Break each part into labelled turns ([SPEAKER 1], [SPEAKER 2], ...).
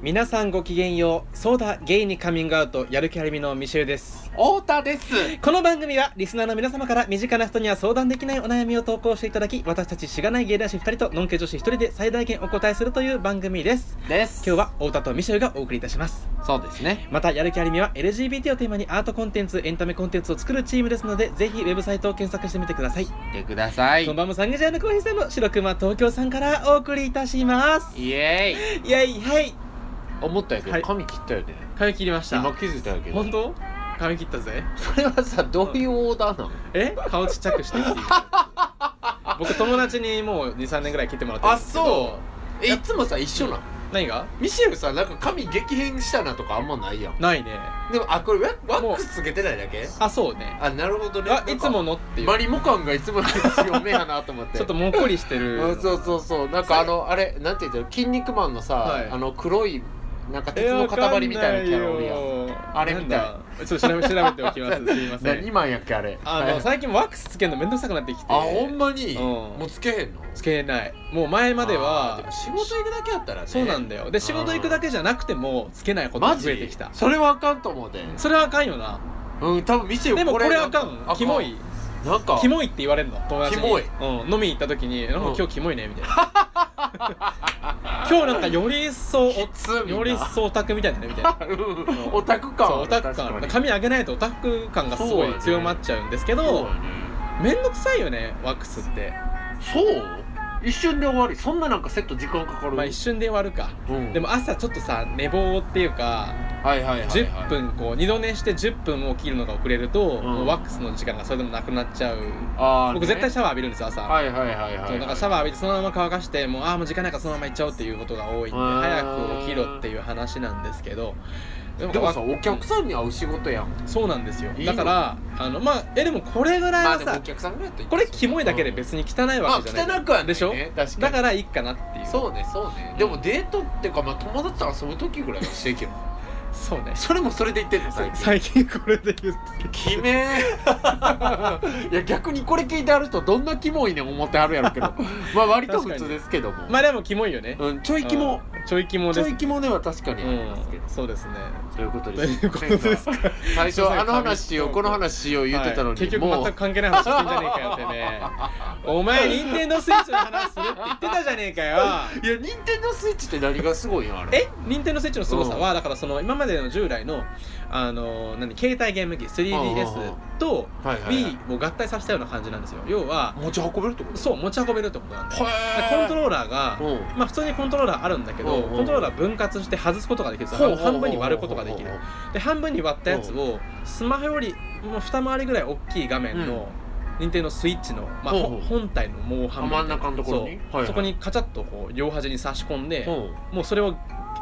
[SPEAKER 1] 皆さんごきげんようソーダゲイにカミングアウトやる気ありみのミシェルです
[SPEAKER 2] 太田です
[SPEAKER 1] この番組はリスナーの皆様から身近な人には相談できないお悩みを投稿していただき私たちしがない芸男子2人とのんけ女子1人で最大限お答えするという番組です
[SPEAKER 2] です
[SPEAKER 1] 今日は太田とミシェルがお送りいたします
[SPEAKER 2] そうですね
[SPEAKER 1] またやる気ありみは LGBT をテーマにアートコンテンツエンタメコンテンツを作るチームですのでぜひウェブサイトを検索してみてください、
[SPEAKER 2] 来てください
[SPEAKER 1] こんばんもサンゲジャーのコーヒーさんの白熊東京さんからお送りいたします
[SPEAKER 2] イエーイ
[SPEAKER 1] イエイはい
[SPEAKER 2] 思ったけど、
[SPEAKER 1] はい
[SPEAKER 2] 髪切ったよね
[SPEAKER 1] 髪切りました
[SPEAKER 2] 今気づいたけど
[SPEAKER 1] 本当髪切ったぜ
[SPEAKER 2] それはさどういうオーダーなの
[SPEAKER 1] え顔ちっちゃくしてって いう僕友達にもう23年ぐらい切ってもらってるんですけど
[SPEAKER 2] あそうえいつもさ一緒なの
[SPEAKER 1] 何が
[SPEAKER 2] ミシェルさなんか髪激変したなとかあんまないやん
[SPEAKER 1] ないね
[SPEAKER 2] でもあこれワワックスつけてないだけ
[SPEAKER 1] あそうね
[SPEAKER 2] あなるほどね
[SPEAKER 1] あ
[SPEAKER 2] なんか
[SPEAKER 1] いつものっていう
[SPEAKER 2] マリモ感がいつもの強めやなと思って
[SPEAKER 1] ちょっともっこりして
[SPEAKER 2] う
[SPEAKER 1] る
[SPEAKER 2] んそうそうそうなんかあのあれなんて言ってる筋肉マンのさ、
[SPEAKER 1] はい
[SPEAKER 2] あの黒いなんか鉄の塊みたいなキャラおるやんあれみたい
[SPEAKER 1] なちょっと調べ調べておきま すすいませ
[SPEAKER 2] 何
[SPEAKER 1] ん
[SPEAKER 2] マンやっけあれ
[SPEAKER 1] あ
[SPEAKER 2] はい
[SPEAKER 1] の最近ワックスつけるのめんどくさくなってきて
[SPEAKER 2] あほんまに、
[SPEAKER 1] うん
[SPEAKER 2] もうつけへんの
[SPEAKER 1] つけれないもう前まで
[SPEAKER 2] あー
[SPEAKER 1] は
[SPEAKER 2] も仕事行くだけやったらね
[SPEAKER 1] そうなんだよで仕事行くだけじゃなくてもつけないことが
[SPEAKER 2] マジ
[SPEAKER 1] 増えてきた
[SPEAKER 2] それはあかんと思うで
[SPEAKER 1] それはあかんよな
[SPEAKER 2] うん多分見せよ
[SPEAKER 1] でもこれあか
[SPEAKER 2] なん
[SPEAKER 1] キモい
[SPEAKER 2] なんか
[SPEAKER 1] キモいって言われるの友達に
[SPEAKER 2] キモい
[SPEAKER 1] うん、飲みに行った時に「なんか
[SPEAKER 2] うん
[SPEAKER 1] 今日キモいね」みたい な今日なんかより一層
[SPEAKER 2] きつみん
[SPEAKER 1] お
[SPEAKER 2] な
[SPEAKER 1] より一層オタクみたいだねみたいな
[SPEAKER 2] うんオタク感
[SPEAKER 1] そうオタク
[SPEAKER 2] 確
[SPEAKER 1] 感
[SPEAKER 2] かに
[SPEAKER 1] 髪上げないとオタク感がす
[SPEAKER 2] そう
[SPEAKER 1] ご
[SPEAKER 2] や
[SPEAKER 1] い
[SPEAKER 2] ね
[SPEAKER 1] 強まっちゃうんですけ
[SPEAKER 2] そう
[SPEAKER 1] ど
[SPEAKER 2] やね
[SPEAKER 1] めんどくさいよねワックスって
[SPEAKER 2] そう一瞬で終わりそんななんかセット時間かかる、
[SPEAKER 1] まあ一瞬で終わるか
[SPEAKER 2] うん
[SPEAKER 1] でも朝ちょっとさ寝坊っていうか
[SPEAKER 2] はいはいはい、はい、
[SPEAKER 1] 10分こう二度寝して10分起きるのが遅れると
[SPEAKER 2] ん
[SPEAKER 1] もうワックスの時間がそれでもなくなっちゃう
[SPEAKER 2] あーね
[SPEAKER 1] 僕絶対シャワー浴びるんですよ朝
[SPEAKER 2] はいはいはいはい
[SPEAKER 1] そうだからシャワー浴びてそのまま乾かしてもうああもう時間ないからそのまま行っちゃおうっていうことが多いんで
[SPEAKER 2] あー
[SPEAKER 1] 早く起きろっていう話なんですけどで
[SPEAKER 2] でもさお客
[SPEAKER 1] さ
[SPEAKER 2] さんに会う仕事やん
[SPEAKER 1] んそうなんですよ
[SPEAKER 2] いい
[SPEAKER 1] だ
[SPEAKER 2] の
[SPEAKER 1] からあのまあえでもこれぐらい
[SPEAKER 2] まあ
[SPEAKER 1] は
[SPEAKER 2] でもお
[SPEAKER 1] さ
[SPEAKER 2] 客さんぐらいやったらいい
[SPEAKER 1] これキモいだけで別に汚い
[SPEAKER 2] まあ
[SPEAKER 1] わけじゃない
[SPEAKER 2] 汚くはないね
[SPEAKER 1] でしょ
[SPEAKER 2] 確か
[SPEAKER 1] だ
[SPEAKER 2] に
[SPEAKER 1] からいいかなっていう
[SPEAKER 2] そうねそうねでもデートっていうかまあ友達と遊ぶ時ぐらいはしていけば
[SPEAKER 1] そうね
[SPEAKER 2] それもそれで言ってるの最近
[SPEAKER 1] 最近これで言って
[SPEAKER 2] キメー いや逆にこれ聞いてある人どんなキモいねん思ってあるやろうけ どまあ割と普通ですけども、
[SPEAKER 1] まあでもキモいよね
[SPEAKER 2] うん、ちょいキモ
[SPEAKER 1] うんちょいキモ
[SPEAKER 2] ち
[SPEAKER 1] で
[SPEAKER 2] ょ
[SPEAKER 1] す
[SPEAKER 2] いキモでは確かに
[SPEAKER 1] う
[SPEAKER 2] ありますけど
[SPEAKER 1] ん、そうですね
[SPEAKER 2] ということ
[SPEAKER 1] と
[SPEAKER 2] で
[SPEAKER 1] いうことですか
[SPEAKER 2] 最初あの話しようこの
[SPEAKER 1] 話
[SPEAKER 2] 話しよう言ってたの
[SPEAKER 1] はい
[SPEAKER 2] に、
[SPEAKER 1] 結局
[SPEAKER 2] も
[SPEAKER 1] 全
[SPEAKER 2] う
[SPEAKER 1] く関係ない話してんじゃねえかよって ねお前任天堂スイッチの話するって言ってたじゃねえかよ
[SPEAKER 2] いや任天堂スイッチって何がすごいのあれ
[SPEAKER 1] え任天堂スイッチの凄さはだからその今までの従来のあの何携帯ゲーム機
[SPEAKER 2] うんうんう
[SPEAKER 1] 3DS
[SPEAKER 2] ん
[SPEAKER 1] と
[SPEAKER 2] はいはいはい
[SPEAKER 1] Wii を合体させたような感じなんですよ要は
[SPEAKER 2] 持ち運べるってこと
[SPEAKER 1] そう持ち運べるってことなんだよでコ
[SPEAKER 2] コ
[SPEAKER 1] ントローラーが
[SPEAKER 2] うん
[SPEAKER 1] まあ普通にコントローラーあるんだけ
[SPEAKER 2] うん
[SPEAKER 1] ど
[SPEAKER 2] うんうん
[SPEAKER 1] コントローラー分割して外すことができるんです
[SPEAKER 2] ほうほ
[SPEAKER 1] よ
[SPEAKER 2] うほうほう
[SPEAKER 1] 半分に割ることができるで半分に割ったやつをスマホよりもう二回りぐらい大きい画面の任天堂スイッチの、まあ、
[SPEAKER 2] ほう
[SPEAKER 1] ほ
[SPEAKER 2] ほう
[SPEAKER 1] 本体のもう半分
[SPEAKER 2] あ真ん中のところに
[SPEAKER 1] そう
[SPEAKER 2] はいはい
[SPEAKER 1] そこにカチャッとこう両端に差し込んで、
[SPEAKER 2] うん
[SPEAKER 1] もうそれを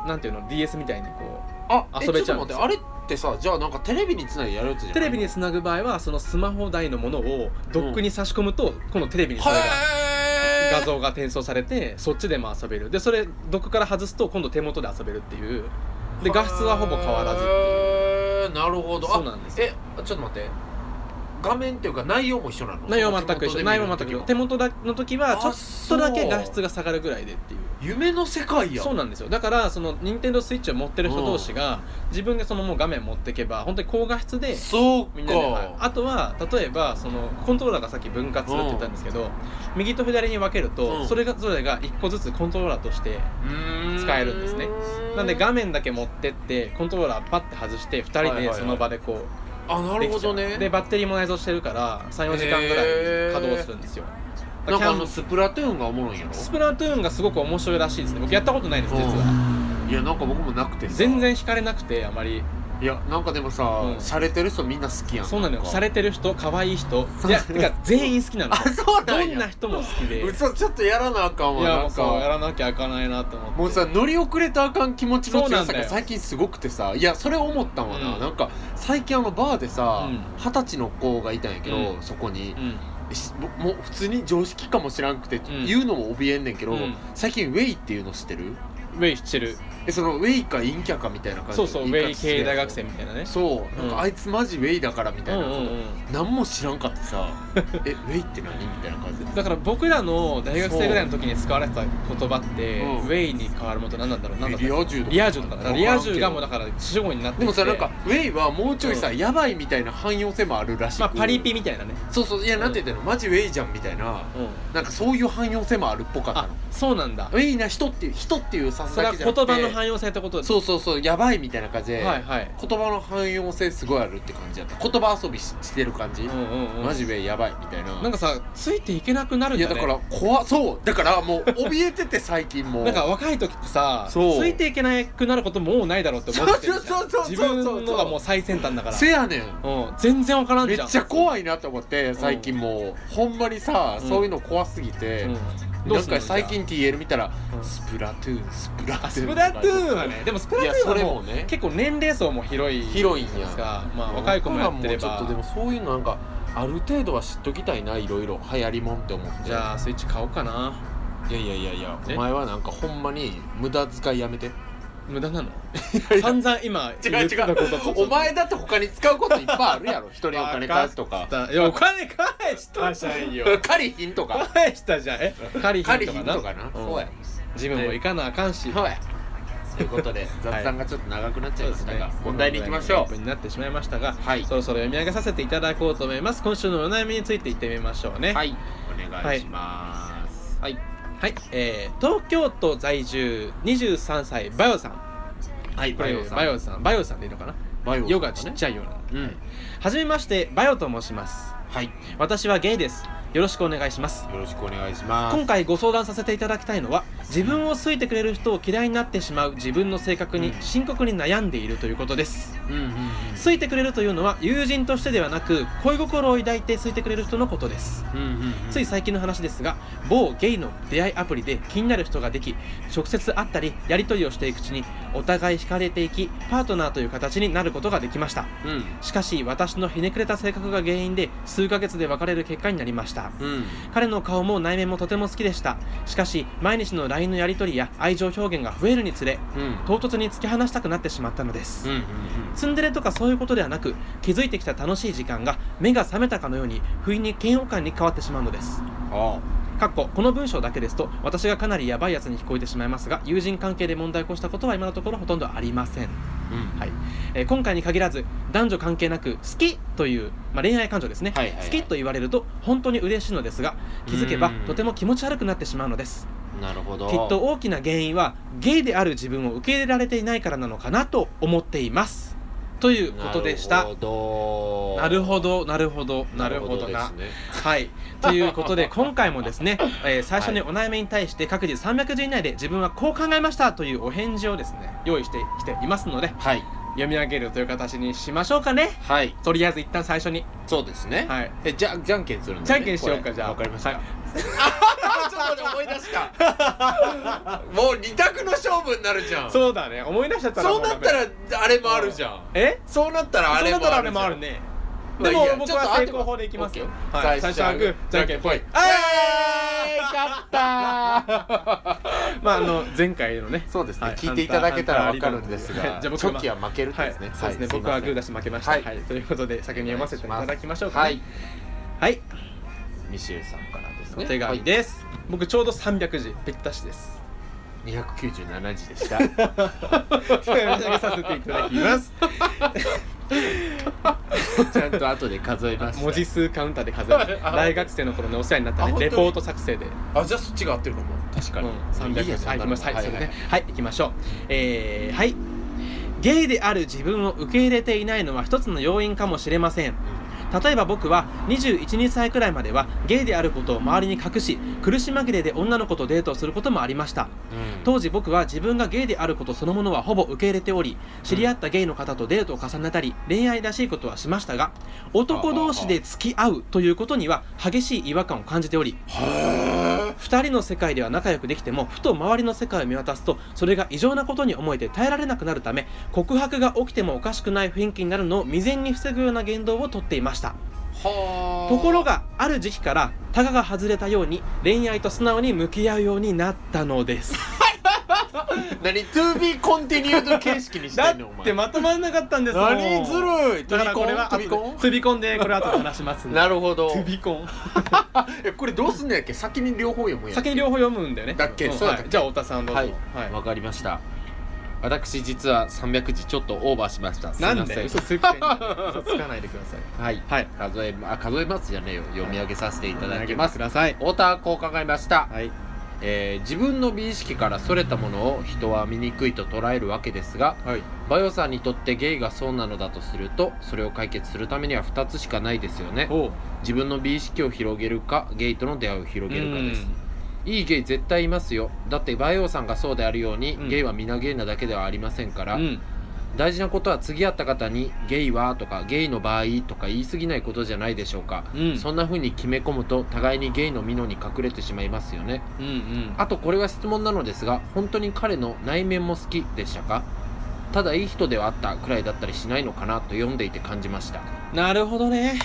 [SPEAKER 1] なんていうの DS みたいにこ
[SPEAKER 2] あ
[SPEAKER 1] 遊
[SPEAKER 2] 遊
[SPEAKER 1] べ
[SPEAKER 2] べ
[SPEAKER 1] ち
[SPEAKER 2] ち
[SPEAKER 1] ゃ
[SPEAKER 2] ゃ
[SPEAKER 1] うん
[SPEAKER 2] う
[SPEAKER 1] です
[SPEAKER 2] 待っ
[SPEAKER 1] よ
[SPEAKER 2] てあれってさじゃあなんかテレビにつないでやるやつじゃ
[SPEAKER 1] う
[SPEAKER 2] ない
[SPEAKER 1] テレビに
[SPEAKER 2] へ
[SPEAKER 1] つなぐ場合はそのスマホ台のものをドックに差し込むと、このテレビにそれが
[SPEAKER 2] え
[SPEAKER 1] 画像が転送されてそっちでも遊べるでそれドックから外すと今度手元で遊べるっていうで画質はほぼ変わらずっていう
[SPEAKER 2] へーなるほどあ
[SPEAKER 1] そうなんですよ
[SPEAKER 2] えちょっと待って画面っていうか内容も一緒なの
[SPEAKER 1] 内容は全く一緒内容は全く一緒手
[SPEAKER 2] も
[SPEAKER 1] 元だの時はちょっとだけ画質が下がるぐらいでっていう
[SPEAKER 2] 夢の世界や
[SPEAKER 1] そうなんですよだからその任天堂スイッチを持ってる人同士が自分でそのもう画面持っていけば本当に高画質で
[SPEAKER 2] そうか
[SPEAKER 1] みんなで、はいあとは例えばそのコントローラーがさっき分割するって言ったんですけど右と左に分ける
[SPEAKER 2] う
[SPEAKER 1] と
[SPEAKER 2] ん
[SPEAKER 1] それがそれぞれが1個ずつコントローラーとして
[SPEAKER 2] うー
[SPEAKER 1] 使えるんですねなんで画面だけ持ってってコントローラーパッて外して2人
[SPEAKER 2] はいはい
[SPEAKER 1] で
[SPEAKER 2] はい
[SPEAKER 1] その場でこ
[SPEAKER 2] あな
[SPEAKER 1] うで
[SPEAKER 2] る
[SPEAKER 1] き
[SPEAKER 2] ほ
[SPEAKER 1] ちゃう
[SPEAKER 2] どね
[SPEAKER 1] でバッテリーも内蔵してるから34時間ぐらい稼働するんですよ
[SPEAKER 2] なんかあ
[SPEAKER 1] キャ
[SPEAKER 2] の
[SPEAKER 1] ン
[SPEAKER 2] スプラトゥーンがおもろいんやろ
[SPEAKER 1] スプラトゥーンがすごく面白いらしいですね僕やったことないです実は、
[SPEAKER 2] いやなんか僕もなくてさ
[SPEAKER 1] 全然惹かれなくてあまり
[SPEAKER 2] いやなんかでもさ
[SPEAKER 1] うん
[SPEAKER 2] 洒落てる人みんな好きやん
[SPEAKER 1] そうなのよ
[SPEAKER 2] か
[SPEAKER 1] 洒落てる人可愛い人いやてか全員好きなの
[SPEAKER 2] あそうな
[SPEAKER 1] ど
[SPEAKER 2] ん
[SPEAKER 1] んな
[SPEAKER 2] や
[SPEAKER 1] 人も好きで
[SPEAKER 2] うそちょっとやらなあかん
[SPEAKER 1] い
[SPEAKER 2] わな
[SPEAKER 1] やもうんそうや
[SPEAKER 2] から
[SPEAKER 1] なきゃあかないなと思って
[SPEAKER 2] もうさ乗り遅れたあかん気持ちの
[SPEAKER 1] そうな
[SPEAKER 2] 強
[SPEAKER 1] ん
[SPEAKER 2] さ
[SPEAKER 1] だよ
[SPEAKER 2] が最近すごくてさいやそれ思ったわな、
[SPEAKER 1] うん
[SPEAKER 2] なんか最近あのバーでさ
[SPEAKER 1] うん
[SPEAKER 2] 二十、歳の子がいたんやけど、
[SPEAKER 1] うん
[SPEAKER 2] そこに
[SPEAKER 1] う、ん
[SPEAKER 2] しももう普通に常識かもしらんくて、
[SPEAKER 1] ん
[SPEAKER 2] 言うのも怯えんねんけど、
[SPEAKER 1] うん
[SPEAKER 2] 最近ウェイっていうの知ってる
[SPEAKER 1] ウェイしてる
[SPEAKER 2] えそのウェイか陰キャかみたいな感じ
[SPEAKER 1] そうそうウ
[SPEAKER 2] の言い
[SPEAKER 1] ェイ
[SPEAKER 2] 方する
[SPEAKER 1] 系
[SPEAKER 2] やん
[SPEAKER 1] 大学生みたいなね
[SPEAKER 2] そうなん
[SPEAKER 1] うん
[SPEAKER 2] かあいつマジウェイだからみたいな、
[SPEAKER 1] うんうんうん
[SPEAKER 2] 何も知らんかって さえウェイって何みたいな感じ
[SPEAKER 1] だから僕らの大学生ぐらいの時に使われてた言葉って、
[SPEAKER 2] うん
[SPEAKER 1] ウェイに変わるものと何なんだろう何だ
[SPEAKER 2] え
[SPEAKER 1] った
[SPEAKER 2] リア充とか
[SPEAKER 1] リア充とかだからリア充がもう
[SPEAKER 2] わ
[SPEAKER 1] だ
[SPEAKER 2] らんけ
[SPEAKER 1] から主語になっ
[SPEAKER 2] どで
[SPEAKER 1] てき
[SPEAKER 2] も
[SPEAKER 1] て
[SPEAKER 2] さなんかウェイはもうちょいさ、
[SPEAKER 1] う
[SPEAKER 2] やばいみたいな汎用性もあるらしく、
[SPEAKER 1] まあパリピみたいなね
[SPEAKER 2] そうそういやなんて言ったの、マジウェイじゃんみたいな
[SPEAKER 1] うん
[SPEAKER 2] なんかそういう汎用性もあるっぽかった
[SPEAKER 1] あ
[SPEAKER 2] の
[SPEAKER 1] そうなんだ
[SPEAKER 2] ウェイな人っていう人っていうさす
[SPEAKER 1] それ
[SPEAKER 2] だ
[SPEAKER 1] は
[SPEAKER 2] けじ
[SPEAKER 1] 言
[SPEAKER 2] ゃなくて
[SPEAKER 1] 葉の汎用性ってことで
[SPEAKER 2] そうそうそうやばいみたいな感じで、
[SPEAKER 1] はいはい
[SPEAKER 2] 言葉の汎用性すごいあるって感じだった言葉遊びししてる感じ、
[SPEAKER 1] うんうんうん
[SPEAKER 2] マジウェイやばいみたいな
[SPEAKER 1] なんかさついていけなくなるん
[SPEAKER 2] い
[SPEAKER 1] だ
[SPEAKER 2] や
[SPEAKER 1] ね
[SPEAKER 2] だから怖そうだからもう怯えてて最近もう
[SPEAKER 1] なんか若い時ってさつ
[SPEAKER 2] そう
[SPEAKER 1] いていけなくなることもうないだろうって思ってるじゃん
[SPEAKER 2] そうそうそうそうそう
[SPEAKER 1] 自分のがもう最先端だから
[SPEAKER 2] せやねん
[SPEAKER 1] うん全然わからんじ
[SPEAKER 2] め
[SPEAKER 1] ゃ
[SPEAKER 2] っ
[SPEAKER 1] ん
[SPEAKER 2] ちゃ怖いなと思って最近もうほんまにさ、
[SPEAKER 1] うん
[SPEAKER 2] そういうの怖すぎて、
[SPEAKER 1] うんどう
[SPEAKER 2] なん
[SPEAKER 1] すんの
[SPEAKER 2] か最近 TL 見たら、
[SPEAKER 1] うん
[SPEAKER 2] スプラトゥーンスプラトゥーン
[SPEAKER 1] あスプラトゥーンはねでもスプラ
[SPEAKER 2] い
[SPEAKER 1] ト
[SPEAKER 2] や
[SPEAKER 1] ゥー
[SPEAKER 2] そ
[SPEAKER 1] ン
[SPEAKER 2] れ
[SPEAKER 1] はも
[SPEAKER 2] も
[SPEAKER 1] う
[SPEAKER 2] ね
[SPEAKER 1] 結構年齢層も広い
[SPEAKER 2] 広いん
[SPEAKER 1] で
[SPEAKER 2] や
[SPEAKER 1] すがまあ若い子もやってれ
[SPEAKER 2] 僕らもちょっとで
[SPEAKER 1] ば
[SPEAKER 2] もそういうのなんかある程度は知っときたいないろいろ流行りもんって思って
[SPEAKER 1] じゃあスイッチ買おうかない
[SPEAKER 2] やいやいやいや
[SPEAKER 1] え
[SPEAKER 2] お前はなんかほんまに無駄遣いやめて
[SPEAKER 1] 無駄なの散々今
[SPEAKER 2] 違う
[SPEAKER 1] 言ってたことと
[SPEAKER 2] お前だって他に使うこといっぱいあるやろ人にお金返すと
[SPEAKER 1] わ
[SPEAKER 2] か
[SPEAKER 1] ったいやお金返したじゃんよ
[SPEAKER 2] 借りひんとか
[SPEAKER 1] 返したじゃんえ借り
[SPEAKER 2] 借
[SPEAKER 1] ひん
[SPEAKER 2] り
[SPEAKER 1] と
[SPEAKER 2] ひ
[SPEAKER 1] か
[SPEAKER 2] ん
[SPEAKER 1] な
[SPEAKER 2] とかな
[SPEAKER 1] うん
[SPEAKER 2] そうや
[SPEAKER 1] 自分も行かなあかんし
[SPEAKER 2] そうやということで雑談がちょっと長くなっちゃいましたが本題に行きましょ
[SPEAKER 1] 本題
[SPEAKER 2] う
[SPEAKER 1] になってしまいましたが
[SPEAKER 2] はい
[SPEAKER 1] そろそろ読み上げさせていただこうと思います今週のお悩みについて言ってみましょうね
[SPEAKER 2] はいお願いしますはい
[SPEAKER 1] はい、えー東京都在住23歳バヨさん
[SPEAKER 2] はい
[SPEAKER 1] こ
[SPEAKER 2] バ
[SPEAKER 1] れ
[SPEAKER 2] イオさん
[SPEAKER 1] バヨさんバヨさんでいいのかな
[SPEAKER 2] バイオさん
[SPEAKER 1] ヨがちっちゃいような
[SPEAKER 2] うん
[SPEAKER 1] はじめましてバヨと申します
[SPEAKER 2] はいよ
[SPEAKER 1] 私はゲイですよろしくお願いします
[SPEAKER 2] ろしくお願いします
[SPEAKER 1] 今回ご相談させていただきたいのは自分を好いてくれる人を嫌いになってしまう自分の性格に
[SPEAKER 2] うん
[SPEAKER 1] 深刻に悩んでいるということです
[SPEAKER 2] うんうんうん
[SPEAKER 1] 好いてくれるというのは友人としてではなく恋心を抱いて好いてくれる人のことです
[SPEAKER 2] うんうんうん
[SPEAKER 1] つい最近の話ですが某ゲイの出会いアプリで気になる人ができ直接会ったりやり取りをしていくうちにお互い惹かれていきパートナーという形になることができました
[SPEAKER 2] うん
[SPEAKER 1] しかし私のひねくれた性格が原因で数ヶ月で別れる結果になりました
[SPEAKER 2] うん
[SPEAKER 1] 彼の顔も内面もとても好きでしたしかし毎日の LINE のやり取りや愛情表現が増えるにつれ
[SPEAKER 2] うん
[SPEAKER 1] 唐突に突き放したくなってしまったのです、
[SPEAKER 2] うんうん
[SPEAKER 1] ツンデレとかそういうことではなく気づいてきた楽しい時間が目が覚めたかのように不意に嫌悪感に変わってしまうのです
[SPEAKER 2] ああ
[SPEAKER 1] かっここの文章だけですと私がかなりヤバいやつに聞こえてしまいますが友人関係で問題を起こしたことは今のところほとんどありません、
[SPEAKER 2] うん
[SPEAKER 1] はいえー今回に限らず男女関係なく好きという、まあ、恋愛感情ですね、
[SPEAKER 2] はいはいはい
[SPEAKER 1] 好きと言われると本当に嬉しいのですが気づけば
[SPEAKER 2] うん
[SPEAKER 1] とても気持ち悪くなってしまうのです
[SPEAKER 2] なるほど
[SPEAKER 1] きっと大きな原因はゲイである自分を受け入れられていないからなのかなと思っていますということでしたな
[SPEAKER 2] な
[SPEAKER 1] るほどなるほどなるほどなはいということ で今回もですね、えー最初にお悩みに対して各自300字以内で自分はこう考えましたというお返事をですね用意してきていますので
[SPEAKER 2] はい
[SPEAKER 1] 読み上げるという形にしましょうかね
[SPEAKER 2] はい
[SPEAKER 1] とりあえず一旦最初に
[SPEAKER 2] そうですね
[SPEAKER 1] はい
[SPEAKER 2] えじゃじゃんけんするん
[SPEAKER 1] じゃんけんしようか
[SPEAKER 2] これ
[SPEAKER 1] じゃあ
[SPEAKER 2] わかりました、
[SPEAKER 1] はい
[SPEAKER 2] ちょっと待って思い出 した もう二択の勝負になるじゃんそう
[SPEAKER 1] そうだね思い出しちゃったらも
[SPEAKER 2] なった
[SPEAKER 1] ダメ
[SPEAKER 2] らあれもあるじゃん
[SPEAKER 1] え
[SPEAKER 2] そうなったらあ
[SPEAKER 1] そう
[SPEAKER 2] れ
[SPEAKER 1] だ
[SPEAKER 2] も
[SPEAKER 1] ったらあれ
[SPEAKER 2] じ
[SPEAKER 1] も
[SPEAKER 2] ゃん
[SPEAKER 1] あるね
[SPEAKER 2] まあ
[SPEAKER 1] でも
[SPEAKER 2] いいや
[SPEAKER 1] 僕
[SPEAKER 2] ちょっ
[SPEAKER 1] は
[SPEAKER 2] と後
[SPEAKER 1] 成功法でいきますよ
[SPEAKER 2] オッケー
[SPEAKER 1] はい最初はグーじゃんけんぽい
[SPEAKER 2] あー勝ったー
[SPEAKER 1] まああの前回のね
[SPEAKER 2] そうですね、
[SPEAKER 1] はい
[SPEAKER 2] 聞いていただけたらわかるんです
[SPEAKER 1] はい
[SPEAKER 2] が
[SPEAKER 1] じゃあ僕は
[SPEAKER 2] 初期は負けるん
[SPEAKER 1] は
[SPEAKER 2] で
[SPEAKER 1] い
[SPEAKER 2] すね、
[SPEAKER 1] そうですね
[SPEAKER 2] い
[SPEAKER 1] 僕はグー出
[SPEAKER 2] す
[SPEAKER 1] して負けましたは
[SPEAKER 2] はいい
[SPEAKER 1] ということで先に読ませていただきましょう
[SPEAKER 2] いません
[SPEAKER 1] か
[SPEAKER 2] は
[SPEAKER 1] ね
[SPEAKER 2] い
[SPEAKER 1] はい
[SPEAKER 2] ミシエルさんからです
[SPEAKER 1] お
[SPEAKER 2] ね
[SPEAKER 1] 手紙です僕ちょうど300字ぴったしです
[SPEAKER 2] 297字でした
[SPEAKER 1] 読み上げさせていただきます
[SPEAKER 2] ちゃんと後で数えました
[SPEAKER 1] 文字数カウンターで数えます
[SPEAKER 2] あ
[SPEAKER 1] 大学生の頃にお世話になったね
[SPEAKER 2] あ本当
[SPEAKER 1] レ
[SPEAKER 2] に
[SPEAKER 1] ポート作成で
[SPEAKER 2] あじゃあそっちが合ってるかも確かに、
[SPEAKER 1] うん、300
[SPEAKER 2] いいや
[SPEAKER 1] 字はい行きますはい、
[SPEAKER 2] はい
[SPEAKER 1] それでねはい行きましょうえー、はいゲイである自分を受け入れていないのは一つの要因かもしれません例えば僕は212歳くらいまではゲイであることを周りに隠し苦し紛れで女の子とデートをすることもありました
[SPEAKER 2] うん
[SPEAKER 1] 当時僕は自分がゲイであることそのものはほぼ受け入れており知り合ったゲイの方とデートを重ねたり恋愛らしいことはしましたが男同士で付き合うということには激しい違和感を感じており
[SPEAKER 2] へ
[SPEAKER 1] 2人の世界では仲良くできてもふと周りの世界を見渡すとそれが異常なことに思えて耐えられなくなるため告白が起きてもおかしくない雰囲気になるのを未然に防ぐような言動をとっていました
[SPEAKER 2] ーは
[SPEAKER 1] ところがある時期からタガが外れたように恋愛と素直に向き合うようになったのです
[SPEAKER 2] 何 to be continued 形式にし
[SPEAKER 1] だ
[SPEAKER 2] てんのお
[SPEAKER 1] っ
[SPEAKER 2] 前
[SPEAKER 1] てまとまんなかったんですもん
[SPEAKER 2] 何ずるい
[SPEAKER 1] だからこれは
[SPEAKER 2] 飛び込ん飛
[SPEAKER 1] 飛び込んでこれ後で話します
[SPEAKER 2] び込
[SPEAKER 1] ん
[SPEAKER 2] ん
[SPEAKER 1] で
[SPEAKER 2] なるほど
[SPEAKER 1] 飛び込ん
[SPEAKER 2] えこれどうすんのやっけ先に両方読むんやん
[SPEAKER 1] 先に両方読むんだよね
[SPEAKER 2] だっけ
[SPEAKER 1] うん
[SPEAKER 2] そうだったっけ
[SPEAKER 1] はいじゃあ太田さんどうぞ
[SPEAKER 2] はい
[SPEAKER 1] はい
[SPEAKER 2] わかりました私実は300字ちょっとオーバーしましたすい
[SPEAKER 1] なん
[SPEAKER 2] ませ
[SPEAKER 1] で嘘ついてんの嘘つかないでください
[SPEAKER 2] はい
[SPEAKER 1] はい
[SPEAKER 2] 数えあ数えますじゃねえよ読み上げさせていただきます、
[SPEAKER 1] ください
[SPEAKER 2] 太田はこう考えました、
[SPEAKER 1] はい
[SPEAKER 2] えー自分の美意識からそれたものを人は醜いと捉えるわけですが
[SPEAKER 1] はい
[SPEAKER 2] バヨさんにとってゲイがそうなのだとするとそれを解決するためには2つしかないですよね
[SPEAKER 1] おう
[SPEAKER 2] 自分の美意識を広げるかゲイとの出会いを広げるかですいいゲイ絶対いますよだってバイオさんがそうであるように、
[SPEAKER 1] うん
[SPEAKER 2] ゲイは皆ゲイなだけではありませんから、
[SPEAKER 1] うん
[SPEAKER 2] 大事なことは次会った方に「ゲイは?」とか「ゲイの場合?」とか言い過ぎないことじゃないでしょうか、
[SPEAKER 1] うん
[SPEAKER 2] そんな風に決め込むと互いにゲイのミノに隠れてしまいますよね
[SPEAKER 1] うんうん
[SPEAKER 2] あとこれは質問なのですが本当に彼の内面も好きでしたかただいい人ではあったくらいだったりしないのかなと読んでいて感じました
[SPEAKER 1] なるほどね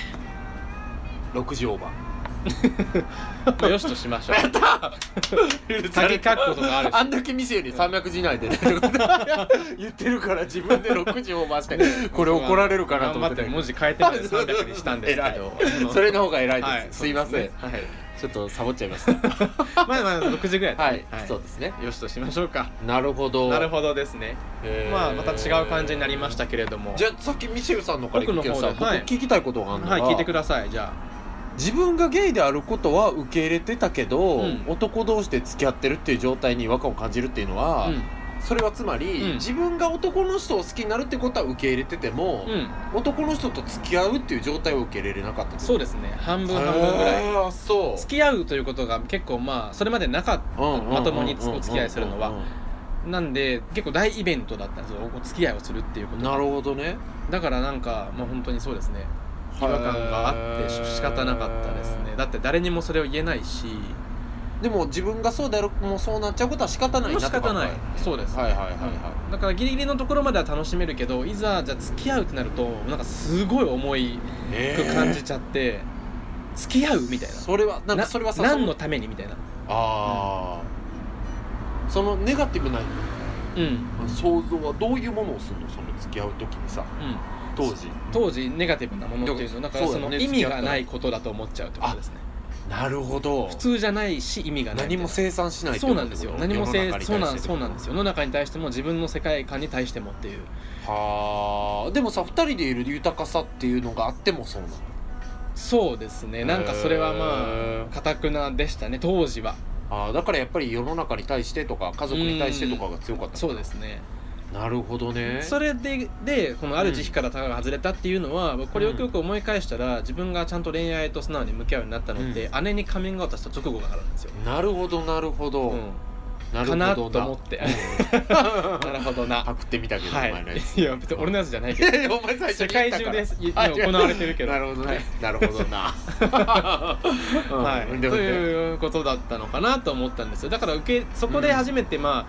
[SPEAKER 2] 6時オーバ
[SPEAKER 1] まあよしとしましょう
[SPEAKER 2] ー
[SPEAKER 1] 鍵カッコとかあるし
[SPEAKER 2] あんだけ見せより300字以内でね言ってるから自分で6時オーバーして これ怒られるかなと思って
[SPEAKER 1] 頑張文字変えてまで300にしたんです け
[SPEAKER 2] 偉い
[SPEAKER 1] ど
[SPEAKER 2] それの方が偉いです、
[SPEAKER 1] はい
[SPEAKER 2] すいません、
[SPEAKER 1] そうですね
[SPEAKER 2] ちょっとサボっちゃいましたは
[SPEAKER 1] はいまあまあ6時ぐらいだ
[SPEAKER 2] い、
[SPEAKER 1] ね
[SPEAKER 2] そうですね
[SPEAKER 1] よしとしましょうか
[SPEAKER 2] なるほど
[SPEAKER 1] なるほどですね
[SPEAKER 2] へー
[SPEAKER 1] まあまた違う感じになりましたけれども
[SPEAKER 2] じゃあさっきミシェルさんのから
[SPEAKER 1] 僕
[SPEAKER 2] 聞
[SPEAKER 1] の
[SPEAKER 2] くけ
[SPEAKER 1] 方で
[SPEAKER 2] どさ、僕
[SPEAKER 1] はい
[SPEAKER 2] 聞きたいことがあるのが、
[SPEAKER 1] はい聞いてくださいじゃ
[SPEAKER 2] 自分がゲイであることは受け入れてたけど、
[SPEAKER 1] うん
[SPEAKER 2] 男同士で付き合ってるっていう状態に違和感を感じるっていうの
[SPEAKER 1] あ
[SPEAKER 2] は、
[SPEAKER 1] うん
[SPEAKER 2] それはつまり、
[SPEAKER 1] うん
[SPEAKER 2] 自分が男の人を好きになるってことは受け入れてても、
[SPEAKER 1] うん
[SPEAKER 2] 男の人と付き合うっていう状態を受け入れれなかった
[SPEAKER 1] そううですね半分半分ぐらい
[SPEAKER 2] あそう
[SPEAKER 1] 付き合うということが結構まあそれまでなかっ
[SPEAKER 2] うんうんうんうんうん
[SPEAKER 1] まともにお付き合いするのは
[SPEAKER 2] うんうん
[SPEAKER 1] たなんで結構大イベントだったんですよお付き合いをするっていうこ
[SPEAKER 2] うん
[SPEAKER 1] と
[SPEAKER 2] なるほどね
[SPEAKER 1] だからなんかもう本当にそうですね違和感があって仕方なかったですねだって誰にもそれを言えないし
[SPEAKER 2] でも自分がそうであるもうそうなっちゃうことは仕方ない
[SPEAKER 1] も
[SPEAKER 2] な
[SPEAKER 1] う仕方ないそうです
[SPEAKER 2] はいはいはい
[SPEAKER 1] うんだからギリギリのところまでは楽しめるけどいざじゃあ付き合うってなるとなんかすごい重い
[SPEAKER 2] え
[SPEAKER 1] く感じちゃって付き合うみたいな
[SPEAKER 2] それはなんかそれはさ
[SPEAKER 1] な
[SPEAKER 2] そ
[SPEAKER 1] 何のためにみたいな
[SPEAKER 2] ああそのネガティブな
[SPEAKER 1] うん
[SPEAKER 2] 想像はどういうものをするのその付き合う時にさ
[SPEAKER 1] うん
[SPEAKER 2] 当時
[SPEAKER 1] 当時ネガティブなものっていうのだから
[SPEAKER 2] そ
[SPEAKER 1] そう
[SPEAKER 2] だね
[SPEAKER 1] の意味がないことだと思っちゃうってことですね
[SPEAKER 2] なるほど
[SPEAKER 1] 普通じゃないし意味がない
[SPEAKER 2] 何も生産しないって
[SPEAKER 1] そ
[SPEAKER 2] こ
[SPEAKER 1] う
[SPEAKER 2] と
[SPEAKER 1] なんですよ何もせそうなんそうなんです
[SPEAKER 2] よ
[SPEAKER 1] よ世の中に対しても自分の世界観に対してもっていう
[SPEAKER 2] はあでもさ二人でいる豊かさっていうのがあってもそうなの
[SPEAKER 1] そうですねなんかそれはま
[SPEAKER 2] へ
[SPEAKER 1] あかたくなでしたね当時は
[SPEAKER 2] あーだからやっぱり世の中に対してとか家族に対してとかが強かった
[SPEAKER 1] そうですね
[SPEAKER 2] なるほどね
[SPEAKER 1] それででこのある慈悲からたがが外れたっていうのは、これよくよく思い返したら自分がちゃんと恋愛と素直に向き合うようになったのって、姉に仮面が渡した直後だからなんですよ、
[SPEAKER 2] なるほどなるほど、
[SPEAKER 1] うん
[SPEAKER 2] なる
[SPEAKER 1] か
[SPEAKER 2] ほど
[SPEAKER 1] なと思って なるほど な
[SPEAKER 2] パクってみたけど、
[SPEAKER 1] はい
[SPEAKER 2] お前のやつ
[SPEAKER 1] いや別に俺のやつじゃないけど
[SPEAKER 2] いやお前最初
[SPEAKER 1] 世
[SPEAKER 2] に言
[SPEAKER 1] 界
[SPEAKER 2] った
[SPEAKER 1] 中
[SPEAKER 2] から
[SPEAKER 1] ですい
[SPEAKER 2] あ
[SPEAKER 1] 今行われてるけど
[SPEAKER 2] なるほどね、なるほどな
[SPEAKER 1] はい、
[SPEAKER 2] うんでも
[SPEAKER 1] と
[SPEAKER 2] ね
[SPEAKER 1] いうことだったのかなと思ったんですよだから受けそこで初めて、ま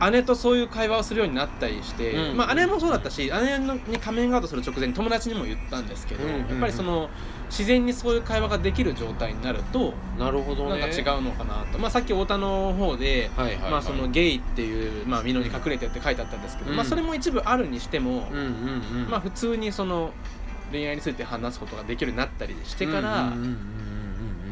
[SPEAKER 1] あ、姉とそういう会話をするようになったりして、
[SPEAKER 2] うん
[SPEAKER 1] まあ、姉もそうだったし姉のに仮面ガードする直前に友達にも言ったんですけど、
[SPEAKER 2] うんうんうん
[SPEAKER 1] やっぱりその自然にそういう会話ができる状態になると
[SPEAKER 2] なるほど
[SPEAKER 1] な
[SPEAKER 2] ね
[SPEAKER 1] んか違うのかなと、まあ、さっき太田の方で、
[SPEAKER 2] はいはい、はい、
[SPEAKER 1] まあ、そのゲイっていう、まあ、美濃に隠れてって書いてあったんですけど、
[SPEAKER 2] うん
[SPEAKER 1] まあ、それも一部あるにしても、
[SPEAKER 2] うんうんうん
[SPEAKER 1] まあ、普通にその恋愛について話すことができるようになったりしてから、
[SPEAKER 2] うんうんうんうんうんうん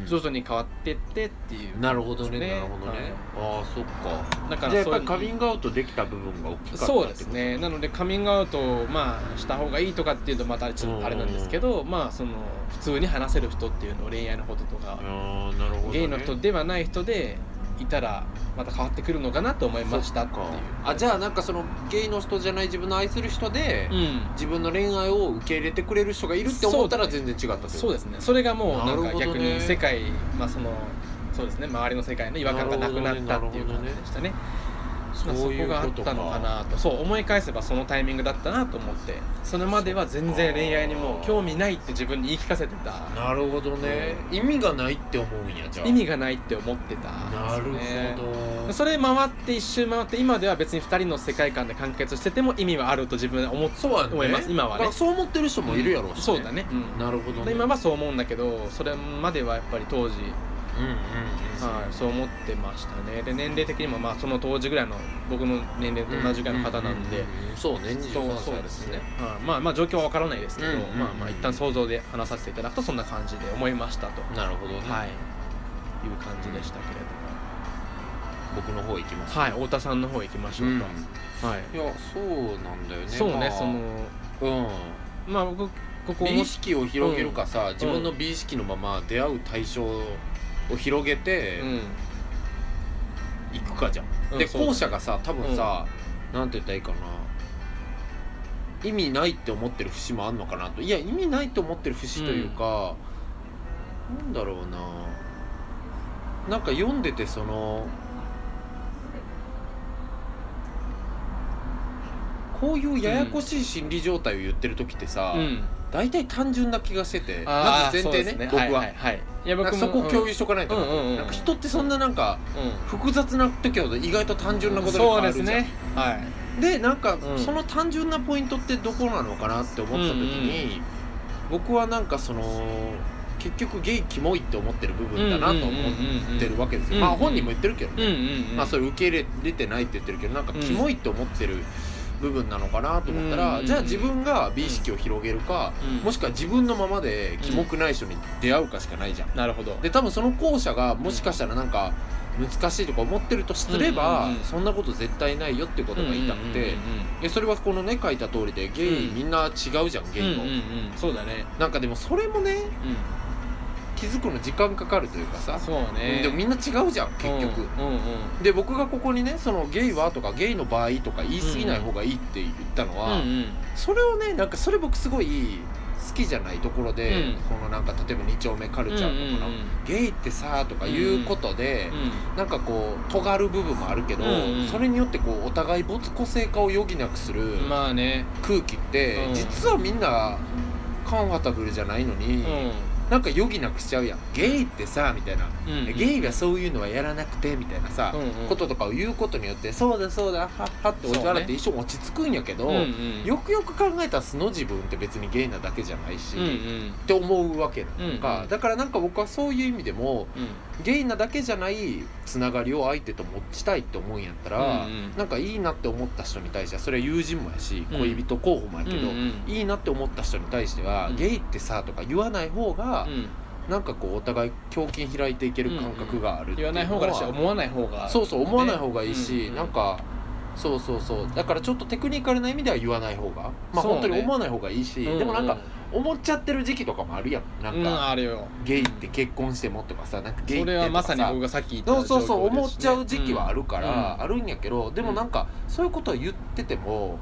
[SPEAKER 1] 徐々に変わってってっていう
[SPEAKER 2] なるほどね
[SPEAKER 1] ですね
[SPEAKER 2] なるほどね、ああそっか
[SPEAKER 1] だから
[SPEAKER 2] じゃあやっ
[SPEAKER 1] そう
[SPEAKER 2] ぱ
[SPEAKER 1] いう
[SPEAKER 2] りカミングアウトできた部分が大きかったってこ
[SPEAKER 1] そう
[SPEAKER 2] と
[SPEAKER 1] ですねなのでカミングアウトをまあした方がいいとかっていうとまたちょっとあれなんですけど、まあその普通に話せる人っていうのを恋愛のこととか、
[SPEAKER 2] ああなるほど、ね、
[SPEAKER 1] ゲイの人ではない人でいたらまた変わってくるのかなと思いましたっていう
[SPEAKER 2] そっかあじゃあなんかそのゲイの人じゃない自分の愛する人で、
[SPEAKER 1] うん
[SPEAKER 2] 自分の恋愛を受け入れてくれる人がいるって思ったら
[SPEAKER 1] そうだ
[SPEAKER 2] 全然違った
[SPEAKER 1] そう
[SPEAKER 2] で
[SPEAKER 1] ですねそれがもう
[SPEAKER 2] な
[SPEAKER 1] な
[SPEAKER 2] るほ
[SPEAKER 1] ん
[SPEAKER 2] どね
[SPEAKER 1] か逆に世界まあそのそうですね周りの世界の違和感がなくなったっていう感じでしたね
[SPEAKER 2] す
[SPEAKER 1] まあそこがあったのかなとそう思い返せばそのタイミングだったなと思ってそれまでは全然恋愛にもう興味ないって自分に言い聞かせてた
[SPEAKER 2] なるほどね意味がないって思うんやじゃあ
[SPEAKER 1] 意味がないって思ってた
[SPEAKER 2] なる
[SPEAKER 1] んですね
[SPEAKER 2] ほど
[SPEAKER 1] それ回って一周回って今では別に2人の世界観で完結してても意味はあると自分は思っ
[SPEAKER 2] そうはね
[SPEAKER 1] 思います今
[SPEAKER 2] だ
[SPEAKER 1] はね
[SPEAKER 2] からそう思ってる人もいるやろしね
[SPEAKER 1] そうだね、うん
[SPEAKER 2] なるほど
[SPEAKER 1] で
[SPEAKER 2] ね
[SPEAKER 1] 今はそう思うんだけどそれまではやっぱり当時
[SPEAKER 2] うんうんうん
[SPEAKER 1] はい、そう思ってましたねで年齢的にもまあその当時ぐらいの僕の年齢と同じぐらいの方なんで、
[SPEAKER 2] うううんそうね
[SPEAKER 1] そう
[SPEAKER 2] 23
[SPEAKER 1] そ
[SPEAKER 2] 歳
[SPEAKER 1] うで
[SPEAKER 2] ですす
[SPEAKER 1] ね
[SPEAKER 2] ね、
[SPEAKER 1] はいまあまあ状況は分からないですけど、
[SPEAKER 2] うんうんうん
[SPEAKER 1] まあまあ一旦想像で話させていただくとそんな感じで思いましたと、
[SPEAKER 2] なるほどね、
[SPEAKER 1] はいいう感じでしたけ
[SPEAKER 2] 僕
[SPEAKER 1] れども、
[SPEAKER 2] の方行きます
[SPEAKER 1] はい太田さんの方行きましょ
[SPEAKER 2] う
[SPEAKER 1] うん
[SPEAKER 2] い
[SPEAKER 1] か、はい
[SPEAKER 2] やそうなんだよね
[SPEAKER 1] そうね、
[SPEAKER 2] まあ
[SPEAKER 1] その
[SPEAKER 2] うん
[SPEAKER 1] まあ僕ここ
[SPEAKER 2] 美
[SPEAKER 1] も
[SPEAKER 2] 意識を広げるかさ、自分の美意識のまま出会う対象を広げて
[SPEAKER 1] うん
[SPEAKER 2] いくかじゃん、
[SPEAKER 1] うん
[SPEAKER 2] で
[SPEAKER 1] そうだね
[SPEAKER 2] 後者がさ多分さ、なんて言ったらいいかな意味ないって思ってる節もあんのかなといや意味ないって思ってる節というか、なんだろうななんか読んでてそのこういうややこしい心理状態を言ってる時ってさ、
[SPEAKER 1] うん
[SPEAKER 2] 大体単純な気がしててま
[SPEAKER 1] あー
[SPEAKER 2] ず前提ね
[SPEAKER 1] そうです
[SPEAKER 2] 僕は,、
[SPEAKER 1] はいはいはいいや
[SPEAKER 2] な
[SPEAKER 1] 僕
[SPEAKER 2] ん
[SPEAKER 1] も
[SPEAKER 2] かそこを共有しとかないと、
[SPEAKER 1] うんうんうんうん
[SPEAKER 2] なんか人ってそんななんか
[SPEAKER 1] うんうん
[SPEAKER 2] 複雑な時ほど意外と単純なことに変
[SPEAKER 1] そ
[SPEAKER 2] わ
[SPEAKER 1] う
[SPEAKER 2] る
[SPEAKER 1] で
[SPEAKER 2] じ
[SPEAKER 1] す
[SPEAKER 2] ゃん
[SPEAKER 1] ねはい
[SPEAKER 2] でなんか、
[SPEAKER 1] うん
[SPEAKER 2] その単純なポイントってどこなのかなって思った時に、僕はなんかその結局ゲイキモいって思ってる部分だなと思ってるわけですよ、
[SPEAKER 1] うんうんうんうん
[SPEAKER 2] まあ本人も言ってるけど
[SPEAKER 1] うん
[SPEAKER 2] ね、
[SPEAKER 1] うんうん
[SPEAKER 2] まあそれ受け入れれてないって言ってるけどなんか
[SPEAKER 1] うん
[SPEAKER 2] キモいって思ってる部分なのかなと思ったら、
[SPEAKER 1] うんうんうん
[SPEAKER 2] じゃあ自分が美意識を広げるか、
[SPEAKER 1] うん
[SPEAKER 2] もしくは自分のままでキモくない人に出会うかしかないじゃん。
[SPEAKER 1] なるほど
[SPEAKER 2] で多分その後者がもしかしたらなんか難しいとか思ってるとすれば、
[SPEAKER 1] うんうんうん
[SPEAKER 2] そんなこと絶対ないよってことが言いたくて、
[SPEAKER 1] うん
[SPEAKER 2] えそれはこのね書いた通りでゲイ、
[SPEAKER 1] うん
[SPEAKER 2] みんな違うじゃんゲ
[SPEAKER 1] うんう
[SPEAKER 2] イ
[SPEAKER 1] ん
[SPEAKER 2] の、
[SPEAKER 1] うんうんうんそうだね
[SPEAKER 2] なんかでもそれもね
[SPEAKER 1] う
[SPEAKER 2] 気づくの時間かかるというかさ
[SPEAKER 1] ん、そうね
[SPEAKER 2] でもみんな違うじゃん結局、
[SPEAKER 1] うんうんうん
[SPEAKER 2] で僕がここにねそのゲイはとかゲイの場合とか言い過ぎない方がいいって言ったのは、
[SPEAKER 1] うんうん
[SPEAKER 2] それをねなんかそれ僕すごい好きじゃないところで、
[SPEAKER 1] うん
[SPEAKER 2] このなんか例えば2丁目カルチャーとかの、
[SPEAKER 1] うんうん
[SPEAKER 2] ゲイってさとかいうことで、なんかこう尖る部分もあるけど、
[SPEAKER 1] うんうん
[SPEAKER 2] それによってこうお互い没個性化を余儀なくする
[SPEAKER 1] うんまあね
[SPEAKER 2] 空気って、
[SPEAKER 1] うん
[SPEAKER 2] 実はみんなカンファタブルじゃないのに、
[SPEAKER 1] う
[SPEAKER 2] なんか余儀なくしちゃうやんゲイってさみたいな、
[SPEAKER 1] んうん
[SPEAKER 2] ゲイはそういうのはやらなくてみたいなさ、
[SPEAKER 1] うんうん
[SPEAKER 2] こととかを言うことによってそうだそうだはっはっておじわらって一瞬落ち着くんやけど、
[SPEAKER 1] うんうん
[SPEAKER 2] よくよく考えたら素の自分って別にゲイなだけじゃないし、
[SPEAKER 1] うんう
[SPEAKER 2] っ
[SPEAKER 1] ん
[SPEAKER 2] て思うわけなのか、
[SPEAKER 1] うん
[SPEAKER 2] だからなんか僕はそういう意味でも
[SPEAKER 1] うん
[SPEAKER 2] ゲイなだけじゃないつながりを相手と持ちたいって思うんやったら、
[SPEAKER 1] うんうん
[SPEAKER 2] なんかいいなって思った人に対してはそれは友人もやし
[SPEAKER 1] うん
[SPEAKER 2] 恋人候補もやけど、
[SPEAKER 1] うんうん
[SPEAKER 2] いいなって思った人に対しては、
[SPEAKER 1] うん
[SPEAKER 2] ゲイってさとか言わない方が、
[SPEAKER 1] うん
[SPEAKER 2] なんかこうお互い胸筋開いていける感覚があるってい
[SPEAKER 1] 言わ
[SPEAKER 2] うのは
[SPEAKER 1] ない方がだし思わない方が
[SPEAKER 2] そうそう思わない方がいい
[SPEAKER 1] ね
[SPEAKER 2] し、
[SPEAKER 1] うんうん
[SPEAKER 2] なんかそうそうそうだからちょっとテクニカルな意味では言わない方がまあ
[SPEAKER 1] そう
[SPEAKER 2] 本
[SPEAKER 1] ね
[SPEAKER 2] 当に思わない方がいいし、
[SPEAKER 1] うう
[SPEAKER 2] でもなんか思っちゃってる時期とかもあるやんな
[SPEAKER 1] うんん
[SPEAKER 2] か、
[SPEAKER 1] あるよ
[SPEAKER 2] ゲイって結婚してもとかさなんかゲイっ
[SPEAKER 1] そ
[SPEAKER 2] て
[SPEAKER 1] れは
[SPEAKER 2] と
[SPEAKER 1] ま
[SPEAKER 2] か
[SPEAKER 1] さ
[SPEAKER 2] さ
[SPEAKER 1] に僕がさっき言った
[SPEAKER 2] そうそうそう思っちゃう時期はあ
[SPEAKER 1] る
[SPEAKER 2] るから、
[SPEAKER 1] うん
[SPEAKER 2] あるんやけどでもなんかそういうことを言ってても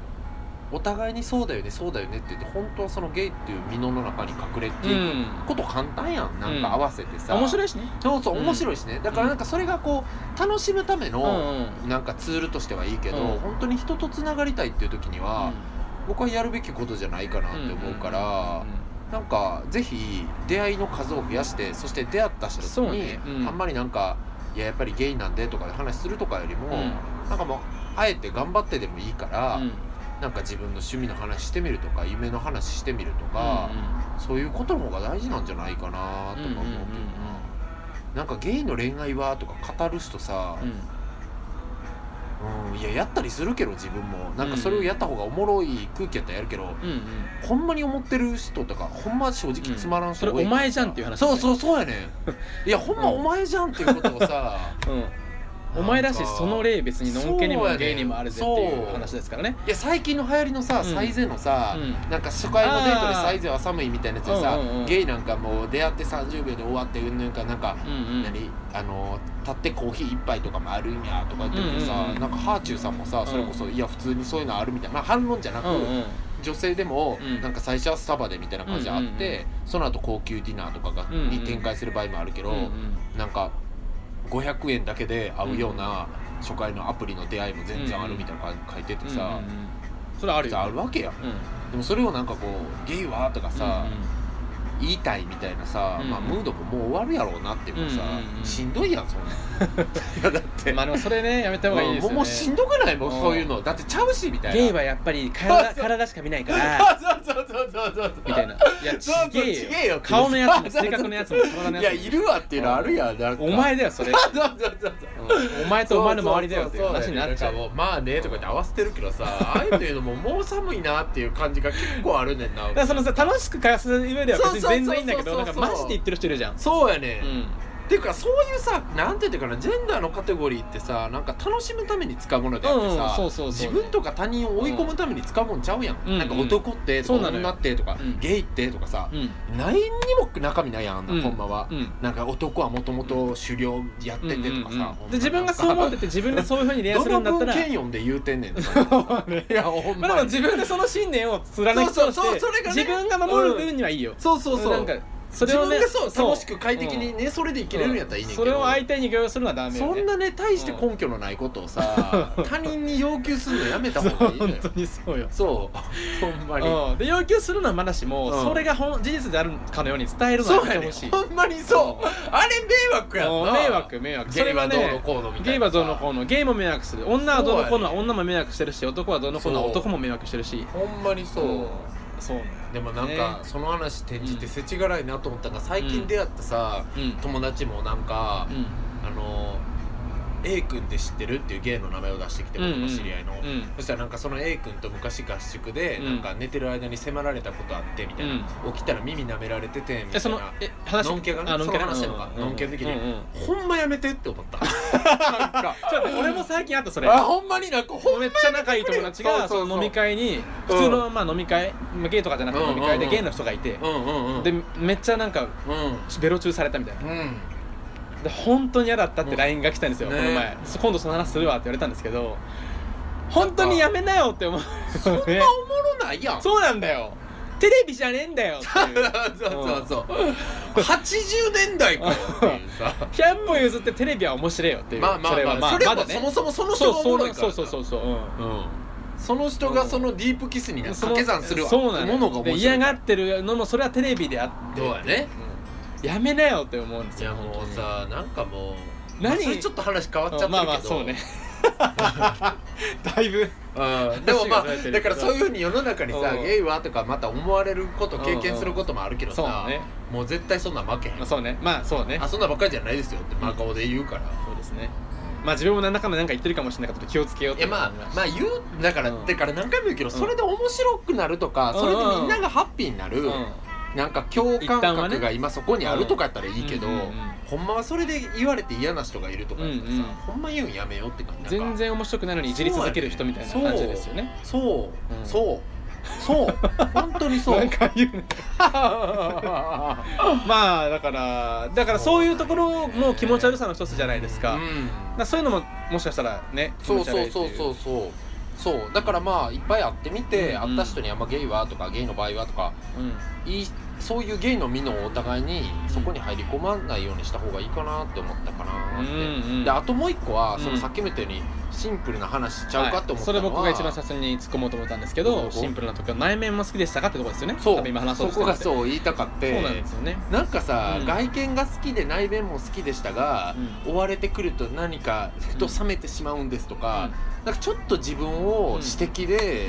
[SPEAKER 2] お互いにそうだよねそうだよねって言って本当はそのゲイっていう身の中に隠れて
[SPEAKER 1] う
[SPEAKER 2] いく
[SPEAKER 1] ん
[SPEAKER 2] こと簡単やんなんか合わせてさ、
[SPEAKER 1] 面白
[SPEAKER 2] い
[SPEAKER 1] いしね
[SPEAKER 2] そうそう
[SPEAKER 1] うん
[SPEAKER 2] 面白いしね、だからなんかそれがこう楽しむため
[SPEAKER 1] う
[SPEAKER 2] の
[SPEAKER 1] ん
[SPEAKER 2] なんかツールとしてはいいけど、
[SPEAKER 1] うん
[SPEAKER 2] 本当に人とつながりたいっていう時には、僕はやるべきことじゃないかなって思うから、なんかぜひ出会いの数を増やしてそして出会った人
[SPEAKER 1] そう
[SPEAKER 2] に、
[SPEAKER 1] ねうん
[SPEAKER 2] あんまりなんか「いややっぱりゲイなんで」とかで話するとかよりも、
[SPEAKER 1] うん
[SPEAKER 2] なんかもうあえて頑張ってでもいいから、
[SPEAKER 1] うん
[SPEAKER 2] なんか自分の趣味の話してみるとか夢の話してみるとか、そういうことの方が大事なんじゃないかなとか思うけどな、
[SPEAKER 1] うんうんうん
[SPEAKER 2] なんかゲイの恋愛はとか語る人さ、
[SPEAKER 1] うんうん
[SPEAKER 2] うんいややったりするけど自分もなんかそれをやった方がおもろい空気やったらやるけど、
[SPEAKER 1] うんうん
[SPEAKER 2] ほんまに思ってる人とかほんま正直つまらん人
[SPEAKER 1] それ
[SPEAKER 2] 多い
[SPEAKER 1] お前じゃんっていう話
[SPEAKER 2] そうそうそうやね んいやほんま
[SPEAKER 1] うん
[SPEAKER 2] お前じゃんっていうことをさ
[SPEAKER 1] うんお前だしその例別にのんけにも芸にもあるぜっていう話ですからね
[SPEAKER 2] いや最近の流行りのさ
[SPEAKER 1] うん
[SPEAKER 2] サイゼのさ、
[SPEAKER 1] うん
[SPEAKER 2] なんか初回のデートで
[SPEAKER 1] あー
[SPEAKER 2] サイゼは寒いみたいなやつでさ、
[SPEAKER 1] うんうんうん
[SPEAKER 2] ゲイなんかもう出会って30秒で終わってうんぬんかなんか、
[SPEAKER 1] うんうん
[SPEAKER 2] 何あの立ってコーヒー一杯とかもあるんやとか言っててさ、
[SPEAKER 1] うんうんうん
[SPEAKER 2] なんかハーチューさんもさそれこそ、いや普通にそういうのあるみたいな、まあ、反論じゃなく、
[SPEAKER 1] うんうん
[SPEAKER 2] 女性でも、
[SPEAKER 1] うん
[SPEAKER 2] なんか最初はスタバでみたいな感じであって、
[SPEAKER 1] うんうんうん
[SPEAKER 2] その後高級ディナーとかが、
[SPEAKER 1] うんうん
[SPEAKER 2] に展開する場合もあるけど、
[SPEAKER 1] うんうん
[SPEAKER 2] なんか500円だけで合うような初回のアプリの出会いも全然あるみたいな感じ書いててさ
[SPEAKER 1] うんうんうんそれはあるよ
[SPEAKER 2] あるわけやん
[SPEAKER 1] うん
[SPEAKER 2] でもそれをなんかこう「ゲイは?」とかさ
[SPEAKER 1] うんうん
[SPEAKER 2] 言いたいみたいなさ
[SPEAKER 1] うん
[SPEAKER 2] まあムードももう終わるやろうなっていうかさ
[SPEAKER 1] うんうんうん
[SPEAKER 2] しんどいやんそんな んいやだって
[SPEAKER 1] まあでもそれねやめた方がいいです
[SPEAKER 2] もう
[SPEAKER 1] よね
[SPEAKER 2] もうしんどくないもう
[SPEAKER 1] うん
[SPEAKER 2] そういうのだってちゃうしみたいな
[SPEAKER 1] ゲイはやっぱり体体しか見ないから
[SPEAKER 2] そうそうそうそうそう
[SPEAKER 1] みたいないやち
[SPEAKER 2] そうそう
[SPEAKER 1] げ
[SPEAKER 2] ち
[SPEAKER 1] え
[SPEAKER 2] げえよ
[SPEAKER 1] よ顔のやつも性格のやつも体の
[SPEAKER 2] い
[SPEAKER 1] やつ
[SPEAKER 2] や
[SPEAKER 1] も
[SPEAKER 2] いるわっていうのあるやんなんか
[SPEAKER 1] お前だよそれ、
[SPEAKER 2] そうそうそうそう
[SPEAKER 1] うんお前とお前の周りだよっていう話になっちゃう
[SPEAKER 2] そうそうそうなんかもうまあねとか言って合わせてるけどさああいうの言うのももう寒いなっていう感じが結構あるねんな
[SPEAKER 1] だからそのさ楽しく会話する上では別に全然いいんだけど
[SPEAKER 2] そ
[SPEAKER 1] な
[SPEAKER 2] うんそ
[SPEAKER 1] か
[SPEAKER 2] うそうそう
[SPEAKER 1] マジで言ってる人いるじゃん、
[SPEAKER 2] そうやね、、
[SPEAKER 1] うん
[SPEAKER 2] っ
[SPEAKER 1] ん、
[SPEAKER 2] ていうかそういうさなんていうかなジェンダーのカテゴリーってさなんか楽しむために使うものであって
[SPEAKER 1] うんうん
[SPEAKER 2] さ、
[SPEAKER 1] そうそうそ
[SPEAKER 2] 自
[SPEAKER 1] う
[SPEAKER 2] 分とか他人を追い込むために使うもんちゃうやん、
[SPEAKER 1] うんうん
[SPEAKER 2] なんか男ってと
[SPEAKER 1] そう
[SPEAKER 2] か
[SPEAKER 1] なのよ
[SPEAKER 2] 女ってとか、
[SPEAKER 1] うん
[SPEAKER 2] ゲイってとかさ、
[SPEAKER 1] うん
[SPEAKER 2] 何にも中身ないやんあんな、
[SPEAKER 1] うん
[SPEAKER 2] ほんまは、
[SPEAKER 1] うん
[SPEAKER 2] なんか男はもともと狩猟やっててとかさ、
[SPEAKER 1] うんうんうんで自分がそう思ってて自分でそういうふうに恋愛する
[SPEAKER 2] ど
[SPEAKER 1] んだ
[SPEAKER 2] の
[SPEAKER 1] った
[SPEAKER 2] 文
[SPEAKER 1] ら
[SPEAKER 2] 献読んで言うてんねんとかいやほん
[SPEAKER 1] ま
[SPEAKER 2] ま
[SPEAKER 1] あでも
[SPEAKER 2] に
[SPEAKER 1] 自分でその信念を貫き通
[SPEAKER 2] そうそう
[SPEAKER 1] して
[SPEAKER 2] そうそれがね
[SPEAKER 1] 自分が守る分にはいいよ、
[SPEAKER 2] そうそうそう
[SPEAKER 1] なんかそれをね
[SPEAKER 2] 自分がそう楽しく快適にね、それで生きれるんやったらいいねんけど、
[SPEAKER 1] それを相手に許容するのはダメよ、ね、
[SPEAKER 2] そんなね大して根拠のないことをさ、他人に要求するのやめた
[SPEAKER 1] そう
[SPEAKER 2] 方がいいのよ
[SPEAKER 1] 本当にそうよ
[SPEAKER 2] そうほんまに、
[SPEAKER 1] うんで要求するのはまだしも、
[SPEAKER 2] うん
[SPEAKER 1] それが本事実であるかのように伝えるの
[SPEAKER 2] そ
[SPEAKER 1] は
[SPEAKER 2] う
[SPEAKER 1] や
[SPEAKER 2] や
[SPEAKER 1] めて
[SPEAKER 2] ね
[SPEAKER 1] ほしい
[SPEAKER 2] ほんまにそう、あれ迷惑やん
[SPEAKER 1] もう
[SPEAKER 2] な
[SPEAKER 1] 迷惑迷惑そ
[SPEAKER 2] ゲ
[SPEAKER 1] れ
[SPEAKER 2] イ
[SPEAKER 1] は
[SPEAKER 2] はどうの
[SPEAKER 1] ね
[SPEAKER 2] こうのみたいな
[SPEAKER 1] ゲイはどうのこうのゲイも迷惑する女はどうのこうのは
[SPEAKER 2] そうやね
[SPEAKER 1] 女も迷惑してるし男はどうのこうのは
[SPEAKER 2] そう
[SPEAKER 1] 男も迷惑してるし
[SPEAKER 2] ほんまにそう、
[SPEAKER 1] うんそうね
[SPEAKER 2] でもなんか、その話転じて
[SPEAKER 1] うん
[SPEAKER 2] 世知辛いなと思ったのが最近出会ったさ、
[SPEAKER 1] うんうん
[SPEAKER 2] 友達もなんか、あの A 君って知ってるっていう芸の名前を出してきて僕の知り合いの、
[SPEAKER 1] うん
[SPEAKER 2] そしたらなんかその A 君と昔合宿で
[SPEAKER 1] うん
[SPEAKER 2] なんか寝てる間に迫られたことあってみたいな、起きたら耳舐められててみ
[SPEAKER 1] え
[SPEAKER 2] た
[SPEAKER 1] そ
[SPEAKER 2] い
[SPEAKER 1] の
[SPEAKER 2] な
[SPEAKER 1] え話
[SPEAKER 2] のんけがね
[SPEAKER 1] あのんけ
[SPEAKER 2] その話なのか
[SPEAKER 1] うん
[SPEAKER 2] のんけの時に
[SPEAKER 1] うんうん
[SPEAKER 2] ほんまやめてって思ったなん か
[SPEAKER 1] ちょっと待って俺も最近あったそれ
[SPEAKER 2] あほんまになんかほん
[SPEAKER 1] めっちゃ仲いい友達が
[SPEAKER 2] そうそうそう
[SPEAKER 1] その飲み会に普通のまあ飲み会まあゲイとかじゃなくて飲み
[SPEAKER 2] う
[SPEAKER 1] 会
[SPEAKER 2] んうん
[SPEAKER 1] で
[SPEAKER 2] うん
[SPEAKER 1] ゲイの人がいて
[SPEAKER 2] うんうんうん
[SPEAKER 1] でめっちゃなんか
[SPEAKER 2] う
[SPEAKER 1] ベロ中されたみたいなん
[SPEAKER 2] うん
[SPEAKER 1] で本当に嫌だったって LINE が来たんですよ、
[SPEAKER 2] ね
[SPEAKER 1] この前今度その話するわって言われたんですけど本当にやめなよって思うそん
[SPEAKER 2] あおもろないやん
[SPEAKER 1] そうなんだよテレビじゃねえんだよっ ていう
[SPEAKER 2] そうそうそう80年代かよっていうさ
[SPEAKER 1] 100歩譲ってテレビは面白いよっていう
[SPEAKER 2] まあまあまあそれはそもそもその人がおもろいから
[SPEAKER 1] そうそうそうそうそう、うん
[SPEAKER 2] うんその人がそのディープキスにね
[SPEAKER 1] そ
[SPEAKER 2] 掛
[SPEAKER 1] の
[SPEAKER 2] け算するわ
[SPEAKER 1] そうな
[SPEAKER 2] ものが
[SPEAKER 1] の
[SPEAKER 2] 面
[SPEAKER 1] で
[SPEAKER 2] 白い
[SPEAKER 1] 嫌がってるのもそれはテレビであって
[SPEAKER 2] どうやね
[SPEAKER 1] やめなよって思うんです
[SPEAKER 2] い
[SPEAKER 1] よ
[SPEAKER 2] やもうさなんかもう
[SPEAKER 1] 何
[SPEAKER 2] それちょっと話変わっちゃってるけど、
[SPEAKER 1] まあま あそうねだいぶ
[SPEAKER 2] うんでもまあ
[SPEAKER 1] 話がずれて
[SPEAKER 2] だか
[SPEAKER 1] る
[SPEAKER 2] らそういうふうに世の中にさ
[SPEAKER 1] うん
[SPEAKER 2] ゲイはとかまた思われること経験することもあるけど
[SPEAKER 1] そう
[SPEAKER 2] さ
[SPEAKER 1] ね
[SPEAKER 2] もう絶対そんなん負けへん
[SPEAKER 1] まあそうねまあそうね
[SPEAKER 2] あそんなんばっかりじゃないですよって真顔で言うから
[SPEAKER 1] そうですねまあ自分も何らかの何か言ってるかもしれないからちょっと気をつけよう
[SPEAKER 2] い
[SPEAKER 1] と
[SPEAKER 2] や
[SPEAKER 1] 思い
[SPEAKER 2] まあ
[SPEAKER 1] まし
[SPEAKER 2] ま
[SPEAKER 1] た
[SPEAKER 2] あ言うだから
[SPEAKER 1] うん
[SPEAKER 2] だから何回も言うけどそれで面白くなるとか
[SPEAKER 1] うん
[SPEAKER 2] それでみんながハッピーになるなんか共感
[SPEAKER 1] 一旦は
[SPEAKER 2] 覚
[SPEAKER 1] ね
[SPEAKER 2] が今そこにあるとかやったらいいけど
[SPEAKER 1] うんうんうん
[SPEAKER 2] ほんまはそれで言われて嫌な人がいるとかやったら
[SPEAKER 1] うんうん
[SPEAKER 2] さほんま言うんやめようって感じなんか
[SPEAKER 1] 全然面白くないのにいじり続ける人みたいな感じですよね
[SPEAKER 2] そう、
[SPEAKER 1] うん
[SPEAKER 2] そうそう本当にそう
[SPEAKER 1] なんか言うねまあだからだからそういうところも気持ち悪さの一つじゃないですか,、
[SPEAKER 2] うん
[SPEAKER 1] そういうのももしかしたらね気
[SPEAKER 2] そ
[SPEAKER 1] 持
[SPEAKER 2] う
[SPEAKER 1] ち悪
[SPEAKER 2] そ
[SPEAKER 1] いう
[SPEAKER 2] そうそう
[SPEAKER 1] う
[SPEAKER 2] そうそうだからまあいっぱい会ってみて、
[SPEAKER 1] うんう
[SPEAKER 2] 会
[SPEAKER 1] ん
[SPEAKER 2] った人にあんまゲイはとかゲイの場合はとか
[SPEAKER 1] そう、うん、
[SPEAKER 2] いいそういうゲイのみのをお互いにそこに入り込まないようにした方がいいかなって思ったかなって、
[SPEAKER 1] うんうん
[SPEAKER 2] であともう一個は、そうの
[SPEAKER 1] ん
[SPEAKER 2] さっきも言ったようにシンプルな話しちゃうかって思った
[SPEAKER 1] はいそれ
[SPEAKER 2] のは、
[SPEAKER 1] 僕が一番最初に突っ込もうと思ったんですけど
[SPEAKER 2] どこ
[SPEAKER 1] シンプルなところ内面も好きでしたかってところですよね
[SPEAKER 2] そ
[SPEAKER 1] 多分今
[SPEAKER 2] う
[SPEAKER 1] 話
[SPEAKER 2] そ
[SPEAKER 1] そ
[SPEAKER 2] こ
[SPEAKER 1] うとしてるの
[SPEAKER 2] が
[SPEAKER 1] って
[SPEAKER 2] そう言いたかって
[SPEAKER 1] そうなんですよね、
[SPEAKER 2] なんかさ、
[SPEAKER 1] うん
[SPEAKER 2] 外見が好きで内面も好きでしたが、追われてくると何かふと冷めてしまうんですとか,、なんかちょっと自分を私的で、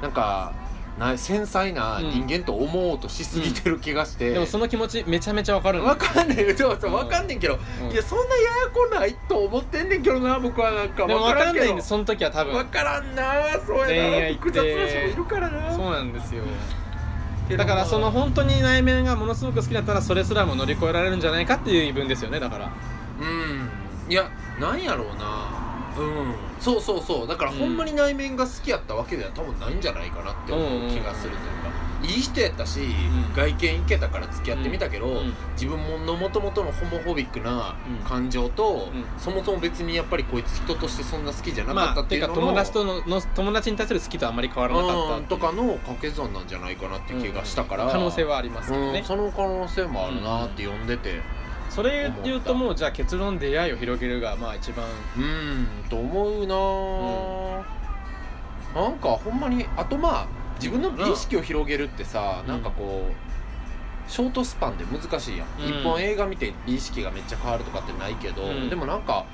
[SPEAKER 2] なんかな繊細な人間と思おうとしすぎてる気がして、
[SPEAKER 1] でもその気持ちめちゃめちゃわかるん
[SPEAKER 2] わかんねえそうそうわかんねえけど、
[SPEAKER 1] うん
[SPEAKER 2] いやそんなややこないと思ってんねんけどな僕はなんか
[SPEAKER 1] でも
[SPEAKER 2] わ
[SPEAKER 1] わ
[SPEAKER 2] から
[SPEAKER 1] か
[SPEAKER 2] ん
[SPEAKER 1] ん
[SPEAKER 2] け
[SPEAKER 1] な
[SPEAKER 2] ど
[SPEAKER 1] いんでその時は多分
[SPEAKER 2] わからんなそうや
[SPEAKER 1] 恋
[SPEAKER 2] な
[SPEAKER 1] 愛って
[SPEAKER 2] 複雑な人もいるからな
[SPEAKER 1] そうなんですよだからその本当に内面がものすごく好きだったらそれすらも乗り越えられるんじゃないかっていう言い分ですよねだから
[SPEAKER 2] うんいやなんやろうなうんそうそうそうだから
[SPEAKER 1] うん
[SPEAKER 2] ほんまに内面が好きやったわけでは多分ないんじゃないかなって思う気がするというか、いい人やったし、
[SPEAKER 1] ん
[SPEAKER 2] 外見いけたから付き合ってみたけど、
[SPEAKER 1] うん
[SPEAKER 2] 自分のもともとのホモフォビックな
[SPEAKER 1] うん
[SPEAKER 2] 感情と、
[SPEAKER 1] うん
[SPEAKER 2] そもそも別にやっぱりこいつ人としてそんな好きじゃなかっ
[SPEAKER 1] ま
[SPEAKER 2] た
[SPEAKER 1] あ
[SPEAKER 2] って
[SPEAKER 1] て
[SPEAKER 2] い
[SPEAKER 1] い
[SPEAKER 2] の
[SPEAKER 1] うか
[SPEAKER 2] も、
[SPEAKER 1] 友達とのの友達に対する好きとあまり変わらなかった
[SPEAKER 2] うんとかの掛け算なんじゃないかなっていう気がしたから、
[SPEAKER 1] 可能性はありますよね、
[SPEAKER 2] うんその可能性もあるなって呼んでて
[SPEAKER 1] それ言うともうじゃあ結論出会いを広げるがまあ一番
[SPEAKER 2] うんと思うなあ、なんかほんまにあとまあ自分の意識を広げるってさ、
[SPEAKER 1] うん
[SPEAKER 2] なんかこうショートスパンで難しいやん、
[SPEAKER 1] うん
[SPEAKER 2] 一本映画見て意識がめっちゃ変わるとかってないけど、
[SPEAKER 1] うん
[SPEAKER 2] でもなんか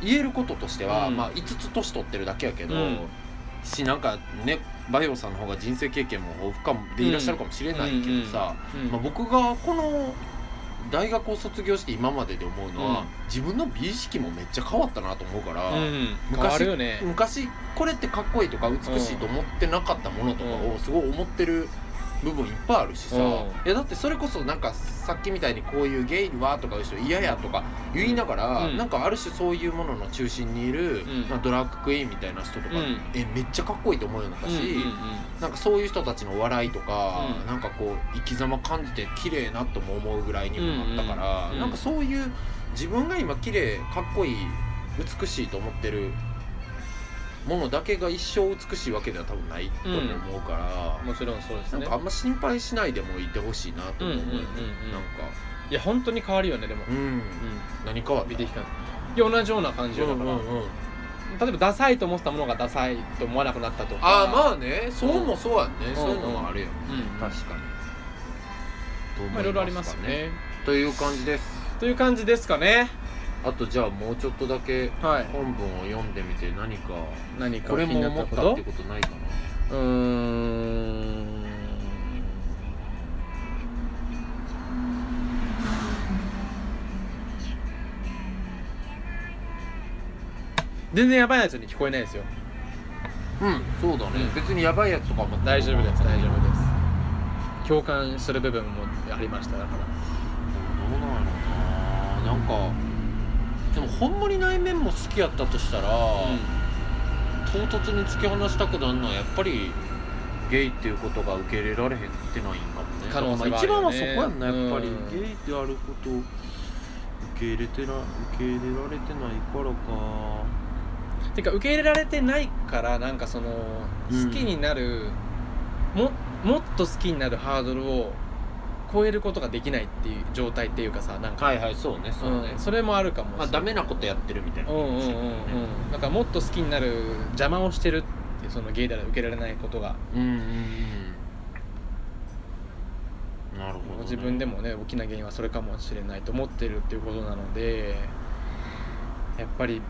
[SPEAKER 2] 言えることとしては、
[SPEAKER 1] うん
[SPEAKER 2] まあ5つ年取ってるだけやけど、
[SPEAKER 1] うん
[SPEAKER 2] しなんかねバイオさんの方が人生経験も豊富かもでいらっしゃるかもしれないけどさ、
[SPEAKER 1] うん
[SPEAKER 2] まあ、僕がこの大学を卒業して今までで思うのは、
[SPEAKER 1] うん
[SPEAKER 2] 自分の美意識もめっちゃ変わったなと思うから、
[SPEAKER 1] うん、変
[SPEAKER 2] 昔
[SPEAKER 1] わるよね
[SPEAKER 2] 昔これってかっこいいとか美しいと思ってなかったものとか
[SPEAKER 1] う
[SPEAKER 2] をすごい思ってる部分いっぱいあるしさ、
[SPEAKER 1] うん
[SPEAKER 2] いやだってそれこそなんかさっきみたいにこういうゲイはとかいう人嫌やとか言いながら、
[SPEAKER 1] うん
[SPEAKER 2] なんかある種そういうものの中心にいる、
[SPEAKER 1] うん
[SPEAKER 2] まあドラッグクイーンみたいな人とか、
[SPEAKER 1] うん
[SPEAKER 2] えめっちゃかっこいいと思うようになったし、
[SPEAKER 1] うんうん
[SPEAKER 2] なんかそういう人たちの笑いとか、
[SPEAKER 1] うん
[SPEAKER 2] なんかこう生き様感じて綺麗なとも思うぐらいにもなったから、
[SPEAKER 1] うんうんうん
[SPEAKER 2] なんかそういう自分が今綺麗かっこいい美しいと思ってるものだけが一生美しいわけでは多分ないとも思うから
[SPEAKER 1] うん、もちろんそうですね
[SPEAKER 2] なんかあんま心配しないでもいてほしいなとも思うよね、
[SPEAKER 1] うんうんうんうん
[SPEAKER 2] なんか
[SPEAKER 1] いや本当に変わるよねでも、
[SPEAKER 2] うん、
[SPEAKER 1] う
[SPEAKER 2] 何かは
[SPEAKER 1] ん、美的感いや同じような感じよだから、
[SPEAKER 2] うんうんうん
[SPEAKER 1] 例えばダサいと思ってたものがダサいと思わなくなったとか
[SPEAKER 2] ああまあねそうもそうやんね、
[SPEAKER 1] ん
[SPEAKER 2] そういうのもあるよね、
[SPEAKER 1] うん
[SPEAKER 2] 確かにどう思
[SPEAKER 1] まあいろいろありますよ
[SPEAKER 2] か
[SPEAKER 1] ね
[SPEAKER 2] という感じです
[SPEAKER 1] という感じですかね
[SPEAKER 2] あとじゃあもうちょっとだけ
[SPEAKER 1] はい
[SPEAKER 2] 本文を読んでみて何か
[SPEAKER 1] 何か
[SPEAKER 2] これ
[SPEAKER 1] 気
[SPEAKER 2] も
[SPEAKER 1] にな
[SPEAKER 2] 思
[SPEAKER 1] っ
[SPEAKER 2] ったた
[SPEAKER 1] こ
[SPEAKER 2] ってことないかな
[SPEAKER 1] とうーん全然やばいやつに聞こえないですよ
[SPEAKER 2] うんそうだね、
[SPEAKER 1] うん
[SPEAKER 2] 別にやばいやつとかも
[SPEAKER 1] 大丈夫です大丈夫です共感する部分もありましただから
[SPEAKER 2] どうなんやろうななんかでもほんまに内面も好きやったとしたら、唐突に突き放したくなるのはやっぱりゲイっていうことが受け入れられへんってないんかもね
[SPEAKER 1] 可能性はあ
[SPEAKER 2] 一
[SPEAKER 1] るよ
[SPEAKER 2] 番
[SPEAKER 1] ね
[SPEAKER 2] はそこやんなやっぱり、
[SPEAKER 1] うん
[SPEAKER 2] ゲイであることを受け入れてな受け入れられてないからか
[SPEAKER 1] てか受け入れられてないからなんかその
[SPEAKER 2] うん
[SPEAKER 1] 好きになる、ももっと好きになるハードルを超えることができないっていう状態っていうかさなんか、
[SPEAKER 2] はいはいそうねそうね
[SPEAKER 1] うん、それもあるかもしれ
[SPEAKER 2] ま
[SPEAKER 1] な
[SPEAKER 2] あ
[SPEAKER 1] い
[SPEAKER 2] ダメなことやってるみたいな
[SPEAKER 1] うんうんうん
[SPEAKER 2] し
[SPEAKER 1] うんなんかもっと好きになる邪魔をしてるっていうそのゲイだら受けられないことが、
[SPEAKER 2] うんうんうんなるほど、ね、
[SPEAKER 1] 自分でもね大きな原因はそれかもしれないと思ってるっていうことなのでやっぱり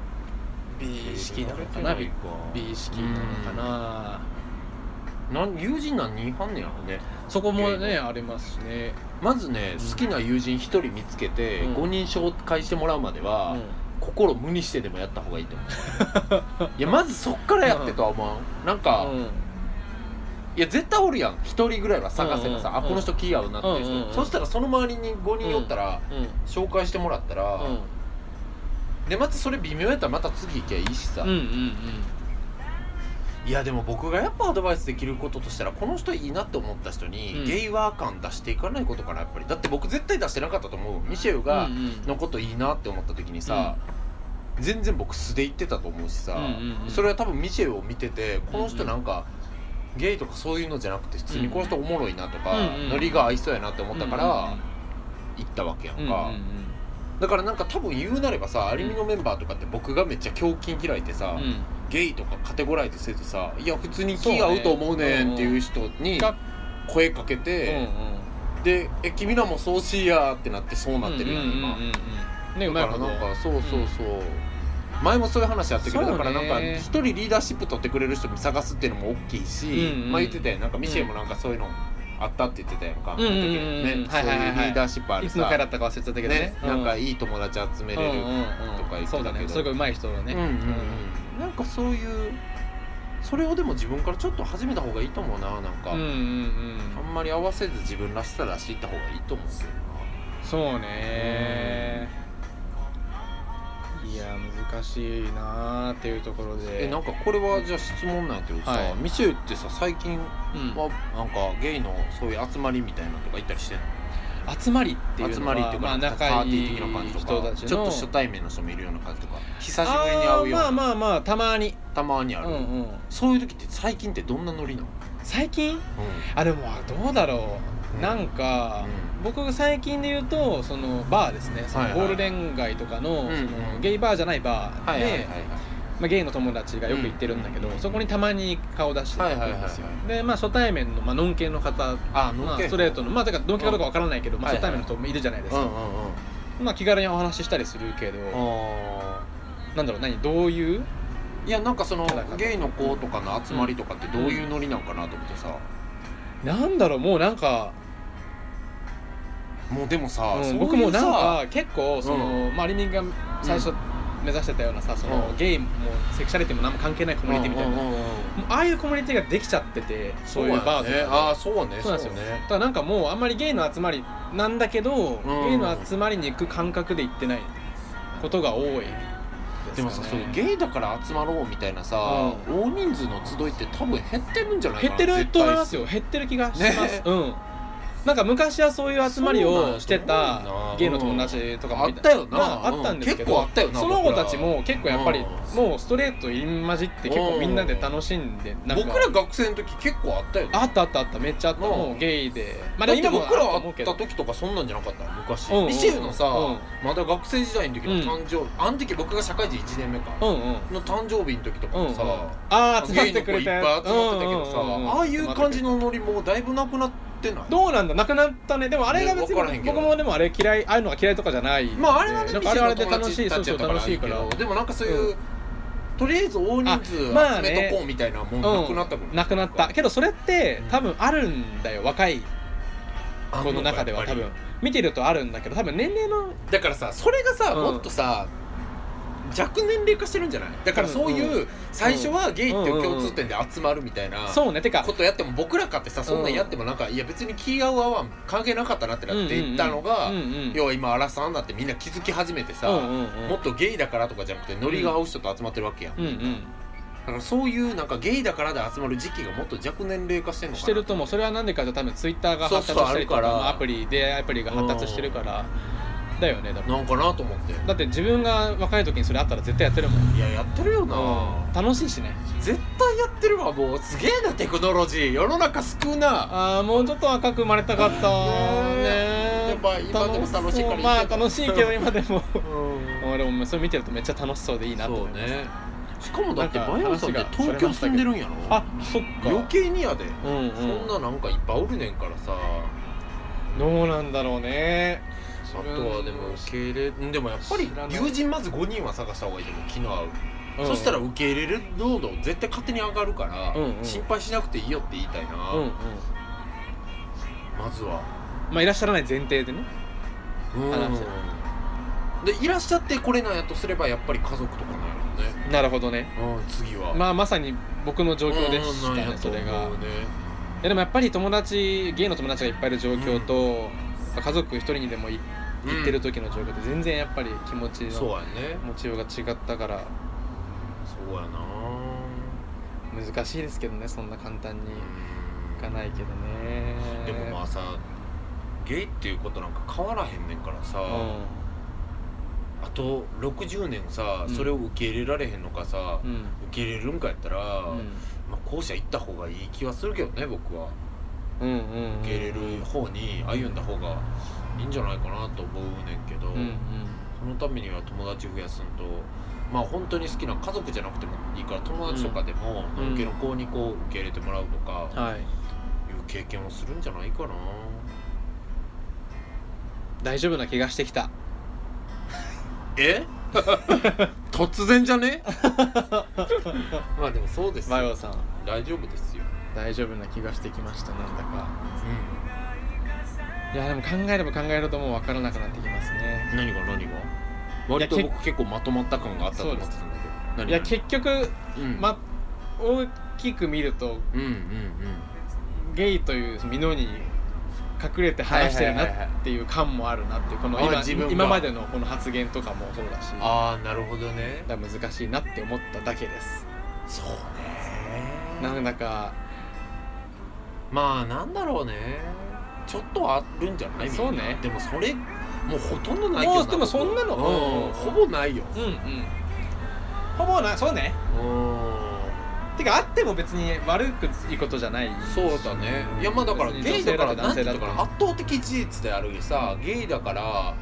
[SPEAKER 1] 美意識なのかな美美意識なのかな、
[SPEAKER 2] ななん友人なん人いはんねやろね
[SPEAKER 1] そこも
[SPEAKER 2] ゲイ
[SPEAKER 1] ねありますしね、
[SPEAKER 2] まずね
[SPEAKER 1] うん
[SPEAKER 2] 好きな友人1人見つけて、
[SPEAKER 1] うん
[SPEAKER 2] 5人紹介してもらうまでは、
[SPEAKER 1] うん
[SPEAKER 2] 心無にしてでもやった方がいいと思 ういやまずそっからやってとは思わん、なんか、
[SPEAKER 1] うん
[SPEAKER 2] いや絶対おるやん1人ぐらいは探せばさ、
[SPEAKER 1] うんうんうん
[SPEAKER 2] あこの人気合うなっていう人、
[SPEAKER 1] うんうんうん
[SPEAKER 2] そしたらその周りに5人おったら、
[SPEAKER 1] うん
[SPEAKER 2] 紹介してもらったら、
[SPEAKER 1] う
[SPEAKER 2] でまたそれ微妙やったらまた次行きゃいいしさ、
[SPEAKER 1] んうんうん
[SPEAKER 2] いやでも僕がやっぱアドバイスできることとしたらこの人いいなって思った人に、
[SPEAKER 1] うん
[SPEAKER 2] ゲイワー感出していかないことかなやっぱりだって僕絶対出してなかったと思うミシェル
[SPEAKER 1] うん
[SPEAKER 2] がのこといいなって思った時にさ、全然僕素で言ってたと思うしさ、
[SPEAKER 1] うんうんうん
[SPEAKER 2] それは多分ミシェルを見ててこの人なんか、ゲイとかそういうのじゃなくて普通にこの人おもろいなとか、
[SPEAKER 1] うんうん
[SPEAKER 2] ノリが合いそうやなって思ったから行ったわけやんか、だからなんか多分言うなればさアルミのメンバーとかって僕がめっちゃ胸筋開いてさ、ゲイとかカテゴライズせずさ「いや普通に気合うと思うねん」っていう人に
[SPEAKER 1] が
[SPEAKER 2] 声かけて、で「え君らもそうしや」ってなってそうなってるやん今、
[SPEAKER 1] ねうま
[SPEAKER 2] だ
[SPEAKER 1] い
[SPEAKER 2] か
[SPEAKER 1] こ
[SPEAKER 2] ら
[SPEAKER 1] と
[SPEAKER 2] なんかそうそうそう、前もそういう話あったけど、
[SPEAKER 1] そう
[SPEAKER 2] だ
[SPEAKER 1] ね
[SPEAKER 2] からなんか一人リーダーシップ取ってくれる人探すっていうのも大きいし、
[SPEAKER 1] うんうん
[SPEAKER 2] まあ言ってたやんなんかミシェルもなんかそういうのあったって言ってたやんか、
[SPEAKER 1] うんうんうんうん
[SPEAKER 2] ね
[SPEAKER 1] はい
[SPEAKER 2] そう
[SPEAKER 1] はいいうはいはい
[SPEAKER 2] リーダーシップある
[SPEAKER 1] いつ
[SPEAKER 2] さ、
[SPEAKER 1] の回だったか忘れちゃったけど
[SPEAKER 2] ね
[SPEAKER 1] ね
[SPEAKER 2] なんか
[SPEAKER 1] い
[SPEAKER 2] いい友達集め
[SPEAKER 1] い
[SPEAKER 2] れる、
[SPEAKER 1] とそうだねそれがうまい人だね
[SPEAKER 2] うんうんうん、なんかそういうそれをでも自分からちょっと始めた方がいいと思うななんか、
[SPEAKER 1] うんうんうん
[SPEAKER 2] あんまり合わせず自分らしさ出していった方がいいと思うけど
[SPEAKER 1] そうねいや難しいなーっていうところ
[SPEAKER 2] なえ
[SPEAKER 1] で
[SPEAKER 2] なんかこれはじゃあ質問なんやけどさ、
[SPEAKER 1] はい
[SPEAKER 2] ミシェルってさ最近
[SPEAKER 1] うん
[SPEAKER 2] はなんかゲイのそういう集まりみたいなのとか行ったりしてんの
[SPEAKER 1] 集まりっていう
[SPEAKER 2] 集
[SPEAKER 1] の
[SPEAKER 2] まりってい
[SPEAKER 1] は
[SPEAKER 2] うか、
[SPEAKER 1] まあ
[SPEAKER 2] なんか
[SPEAKER 1] 仲
[SPEAKER 2] パーティ
[SPEAKER 1] い
[SPEAKER 2] ー
[SPEAKER 1] い
[SPEAKER 2] 的な感じと
[SPEAKER 1] 人た
[SPEAKER 2] か
[SPEAKER 1] ちの
[SPEAKER 2] ちょっと初対面の人もいるような感じとか久しぶりに
[SPEAKER 1] あ
[SPEAKER 2] 会
[SPEAKER 1] あ
[SPEAKER 2] う
[SPEAKER 1] ー
[SPEAKER 2] よう
[SPEAKER 1] ま
[SPEAKER 2] な、
[SPEAKER 1] あまあまあたまに
[SPEAKER 2] たまにある、
[SPEAKER 1] うんうん
[SPEAKER 2] そういう時って最近ってどんなノリなの、
[SPEAKER 1] 最近あでもどうだろうなんか、僕が最近で言うとそのバーですねその
[SPEAKER 2] はいはい
[SPEAKER 1] ゴールデン街とかの,、
[SPEAKER 2] うんうん
[SPEAKER 1] そのゲイバーじゃないバー
[SPEAKER 2] はい
[SPEAKER 1] で、
[SPEAKER 2] はいはいはい
[SPEAKER 1] まあ、ゲイの友達がよく行ってるんだけど、
[SPEAKER 2] うん
[SPEAKER 1] そこにたまに顔出してくるんです
[SPEAKER 2] は
[SPEAKER 1] よ、
[SPEAKER 2] いはい
[SPEAKER 1] でまあ初対面の、まあのんけの方
[SPEAKER 2] あ
[SPEAKER 1] ま
[SPEAKER 2] の
[SPEAKER 1] あ、
[SPEAKER 2] っけ
[SPEAKER 1] ストレートのまあだから同居かどうかわからないけど、まあ、
[SPEAKER 2] はい
[SPEAKER 1] 初
[SPEAKER 2] はい
[SPEAKER 1] 対面の人もいるじゃないです
[SPEAKER 2] うんうん
[SPEAKER 1] か、
[SPEAKER 2] うん
[SPEAKER 1] まあ、気軽にお話ししたりするけど、
[SPEAKER 2] あ
[SPEAKER 1] なんだろう何どういう
[SPEAKER 2] いやなんかその
[SPEAKER 1] だから
[SPEAKER 2] ゲイの子とかの集まりとかってどういうノリなんかなと思ってさ、
[SPEAKER 1] なんだろうもうなんか、
[SPEAKER 2] もうでもさ、
[SPEAKER 1] うん
[SPEAKER 2] そういう
[SPEAKER 1] 僕もなん
[SPEAKER 2] さ
[SPEAKER 1] か結構その、まあ、リミンが最初目指してたようなさその、
[SPEAKER 2] うん
[SPEAKER 1] ゲイもセクシャリティも何も関係ないコミュニティみたいな、
[SPEAKER 2] うんうんうんうん
[SPEAKER 1] もうああいうコミュニティができちゃっててそういうバーと
[SPEAKER 2] ね
[SPEAKER 1] か
[SPEAKER 2] ああそうね
[SPEAKER 1] そうなんですよねだからなんかもうあんまりゲイの集まりなんだけど、ゲイの集まりに行く感覚で行ってないことが多いすかね
[SPEAKER 2] でもさそうゲイだから集まろうみたいなさ、大人数の集いって多分減ってるんじゃないか
[SPEAKER 1] 減
[SPEAKER 2] な
[SPEAKER 1] ってると思います
[SPEAKER 2] よ
[SPEAKER 1] よ減ってる気がします、
[SPEAKER 2] ね
[SPEAKER 1] うんなんか昔はそういう集まりをしてた
[SPEAKER 2] そうなんや
[SPEAKER 1] ゲイの友達とかもい
[SPEAKER 2] あったよな
[SPEAKER 1] まああったんですけど、
[SPEAKER 2] うん結構あったよな
[SPEAKER 1] その子たちも結構やっぱり
[SPEAKER 2] うん
[SPEAKER 1] もうストレート入り混じって結構みんなで楽しんでなんか
[SPEAKER 2] 僕ら学生の時結構あったよね
[SPEAKER 1] あったあったあっためっちゃあった
[SPEAKER 2] うん
[SPEAKER 1] もうゲイでま
[SPEAKER 2] だ
[SPEAKER 1] だ
[SPEAKER 2] って
[SPEAKER 1] 今も
[SPEAKER 2] 僕ら
[SPEAKER 1] あると
[SPEAKER 2] 会
[SPEAKER 1] 思う
[SPEAKER 2] っ
[SPEAKER 1] け
[SPEAKER 2] た
[SPEAKER 1] ど
[SPEAKER 2] 時とかそんなんじゃなかったの昔、
[SPEAKER 1] うんうん
[SPEAKER 2] ミシェルのさ、
[SPEAKER 1] う
[SPEAKER 2] まだ学生時代の時の誕生日、あの時僕が社会人1年目か、
[SPEAKER 1] んうんうん
[SPEAKER 2] の誕生日の時とかもさ、
[SPEAKER 1] うんうんああ集まっ
[SPEAKER 2] ゲイの子
[SPEAKER 1] てく
[SPEAKER 2] い
[SPEAKER 1] れ
[SPEAKER 2] ったぱい
[SPEAKER 1] や
[SPEAKER 2] 集まってた
[SPEAKER 1] つ
[SPEAKER 2] けどさ、
[SPEAKER 1] うんうんうんうん
[SPEAKER 2] ああいう感じのノリもだいぶなくなってない
[SPEAKER 1] どうなんだなくなったねでもあれが別
[SPEAKER 2] ねわからへん
[SPEAKER 1] に
[SPEAKER 2] けど
[SPEAKER 1] 僕もでもあれ嫌いああいうのが嫌いとかじゃない
[SPEAKER 2] まああれはね
[SPEAKER 1] なん
[SPEAKER 2] ミ
[SPEAKER 1] か
[SPEAKER 2] シ
[SPEAKER 1] あ
[SPEAKER 2] ェ
[SPEAKER 1] れ
[SPEAKER 2] ル
[SPEAKER 1] はあ
[SPEAKER 2] の友
[SPEAKER 1] れで楽し
[SPEAKER 2] 達
[SPEAKER 1] い
[SPEAKER 2] た
[SPEAKER 1] そう
[SPEAKER 2] ち
[SPEAKER 1] そ
[SPEAKER 2] やっ
[SPEAKER 1] う
[SPEAKER 2] たから
[SPEAKER 1] 楽し
[SPEAKER 2] い
[SPEAKER 1] い
[SPEAKER 2] い
[SPEAKER 1] か
[SPEAKER 2] け
[SPEAKER 1] ら
[SPEAKER 2] どでもなんかそういう、
[SPEAKER 1] う
[SPEAKER 2] とりあえず大人数
[SPEAKER 1] あまあ
[SPEAKER 2] 集
[SPEAKER 1] ね
[SPEAKER 2] めとこうみたいなもんなくなったもん
[SPEAKER 1] なくなったけどそれって
[SPEAKER 2] うん
[SPEAKER 1] 多分あるんだよ若い
[SPEAKER 2] あん
[SPEAKER 1] 子の
[SPEAKER 2] かやっぱ
[SPEAKER 1] 中で
[SPEAKER 2] り
[SPEAKER 1] は多分見てるとあるんだけど多分年齢の
[SPEAKER 2] だからさそれがさ、
[SPEAKER 1] うん
[SPEAKER 2] もっとさ若年齢化してるんじゃないだからそういう、最初はゲイっていう共通点で集まるみたいな
[SPEAKER 1] そうねてか
[SPEAKER 2] ことやっても僕らかってさそんなんやってもなんか、いや別に気が合う合わん関係なかったなってなっていったのが、
[SPEAKER 1] うんうん
[SPEAKER 2] 要は今アラサーになってみんな気づき始めてさ、
[SPEAKER 1] うんうんうん
[SPEAKER 2] もっとゲイだからとかじゃなくてノリが合う人と集まってるわけやん、
[SPEAKER 1] うんう
[SPEAKER 2] だ
[SPEAKER 1] ん
[SPEAKER 2] からそういうなんかゲイだからで集まる時期がもっと若年齢化してんのかな
[SPEAKER 1] してるともうそれは何でかじゃ多分ツイッターが発達
[SPEAKER 2] そうそう
[SPEAKER 1] したりと
[SPEAKER 2] あ
[SPEAKER 1] か
[SPEAKER 2] るから
[SPEAKER 1] アプリでアプリが発達してるからだよねだから
[SPEAKER 2] なんかなと思って
[SPEAKER 1] だって自分が若い時にそれあったら絶対やってるもん
[SPEAKER 2] いややってるよな、
[SPEAKER 1] 楽しいしね
[SPEAKER 2] 絶対やってるわもうすげえなテクノロジー世の中救うな
[SPEAKER 1] ああもうちょっと赤く生まれたかった
[SPEAKER 2] ね
[SPEAKER 1] ねえ
[SPEAKER 2] やっぱ今でも楽しいから
[SPEAKER 1] そうまあ楽しいけど今でも
[SPEAKER 2] うん
[SPEAKER 1] 俺もそれ見てるとめっちゃ楽しそうでいいなと
[SPEAKER 2] そ
[SPEAKER 1] 思
[SPEAKER 2] う
[SPEAKER 1] います
[SPEAKER 2] ねしかもだって
[SPEAKER 1] なんか
[SPEAKER 2] バイオさんって東京住んでるんやろ
[SPEAKER 1] あそっか
[SPEAKER 2] 余計にやで、
[SPEAKER 1] うんうん
[SPEAKER 2] そんななんかいっぱいおるねんからさあ
[SPEAKER 1] どうなんだろうね
[SPEAKER 2] とはでも受け入れうんでもやっぱり
[SPEAKER 1] 知らない
[SPEAKER 2] 友人まず5人は探した方がいいと思う気の合う、そしたら
[SPEAKER 1] うん
[SPEAKER 2] 受け入れる濃度絶対勝手に上がるから、
[SPEAKER 1] うんうん
[SPEAKER 2] 心配しなくていいよって言いたいな、
[SPEAKER 1] うん
[SPEAKER 2] まずは
[SPEAKER 1] まあいらっしゃらない前提でね
[SPEAKER 2] うん
[SPEAKER 1] 話して
[SPEAKER 2] でいらっしゃってこれなんやとすればやっぱり家族とかなんやろうね
[SPEAKER 1] なるほどね
[SPEAKER 2] うん次は
[SPEAKER 1] まあまさに僕の状況でした
[SPEAKER 2] うんなん
[SPEAKER 1] ね
[SPEAKER 2] やと
[SPEAKER 1] そ
[SPEAKER 2] 思
[SPEAKER 1] れ
[SPEAKER 2] う
[SPEAKER 1] が
[SPEAKER 2] ね
[SPEAKER 1] いやでもやっぱり友達ゲイの友達がいっぱいいる状況と、家族一人にでもい行ってる時の状況って全然やっぱり気持ち
[SPEAKER 2] うんそう
[SPEAKER 1] の
[SPEAKER 2] やね
[SPEAKER 1] 持ちようが違ったから
[SPEAKER 2] そうやな
[SPEAKER 1] 難しいですけどねそんな簡単にいかないけどね
[SPEAKER 2] でもまあさゲイっていうことなんか変わらへんねんからさ、あと60年さ
[SPEAKER 1] うん
[SPEAKER 2] それを受け入れられへんのかさ、
[SPEAKER 1] うん、うん
[SPEAKER 2] 受け入れるんかやったら、
[SPEAKER 1] う
[SPEAKER 2] まあ、後者行った方がいい気はするけどね僕は
[SPEAKER 1] ん、うんうんうん
[SPEAKER 2] 受け入れる方に歩んだ方がいいんじゃないかなと思うねんけど、
[SPEAKER 1] うん
[SPEAKER 2] そのためには友達増やすんとまあ本当に好きな家族じゃなくてもいいから友達とかでも、
[SPEAKER 1] うん
[SPEAKER 2] 受けの子にこう受け入れてもらうとか
[SPEAKER 1] うんはい
[SPEAKER 2] いう経験をするんじゃないかな
[SPEAKER 1] 大丈夫な気がしてきた
[SPEAKER 2] え 突然じゃね まあでもそうですよ
[SPEAKER 1] マヨさん
[SPEAKER 2] 大丈夫ですよ、
[SPEAKER 1] 大丈夫な気がしてきましたなんだかいやでも考えれば考えるともう分からなくなってきますね
[SPEAKER 2] 何が何が割と
[SPEAKER 1] いやけ
[SPEAKER 2] 僕結構まとまった感があったと思ってたんだけど
[SPEAKER 1] いや
[SPEAKER 2] 結
[SPEAKER 1] 結局
[SPEAKER 2] 構、うん、
[SPEAKER 1] ま大きく見ると
[SPEAKER 2] うんうん
[SPEAKER 1] ゲイという美濃に隠れて話してるなっていう感もあるなっていうこの
[SPEAKER 2] あ
[SPEAKER 1] 今
[SPEAKER 2] 自分が
[SPEAKER 1] 今までのこの発言とかもそうだしだか
[SPEAKER 2] ああなるほどね
[SPEAKER 1] ら難しいなって思っただけです
[SPEAKER 2] そうね
[SPEAKER 1] なんだか
[SPEAKER 2] まあなんだろうねちょっとはあるんじゃないみんな
[SPEAKER 1] そうね
[SPEAKER 2] でもそれもうほとんどないけど
[SPEAKER 1] もうでもそんなの
[SPEAKER 2] 僕うんほぼないよ
[SPEAKER 1] うんうんほぼなそうね
[SPEAKER 2] うん
[SPEAKER 1] てかあっても別に悪くいいことじゃない
[SPEAKER 2] そうだねいやまあだから
[SPEAKER 1] 別に
[SPEAKER 2] ゲイだからなん
[SPEAKER 1] 女
[SPEAKER 2] て言
[SPEAKER 1] 性だ
[SPEAKER 2] っ
[SPEAKER 1] って
[SPEAKER 2] たかな
[SPEAKER 1] 男性だっ
[SPEAKER 2] 圧倒的事実であるけどさゲイだから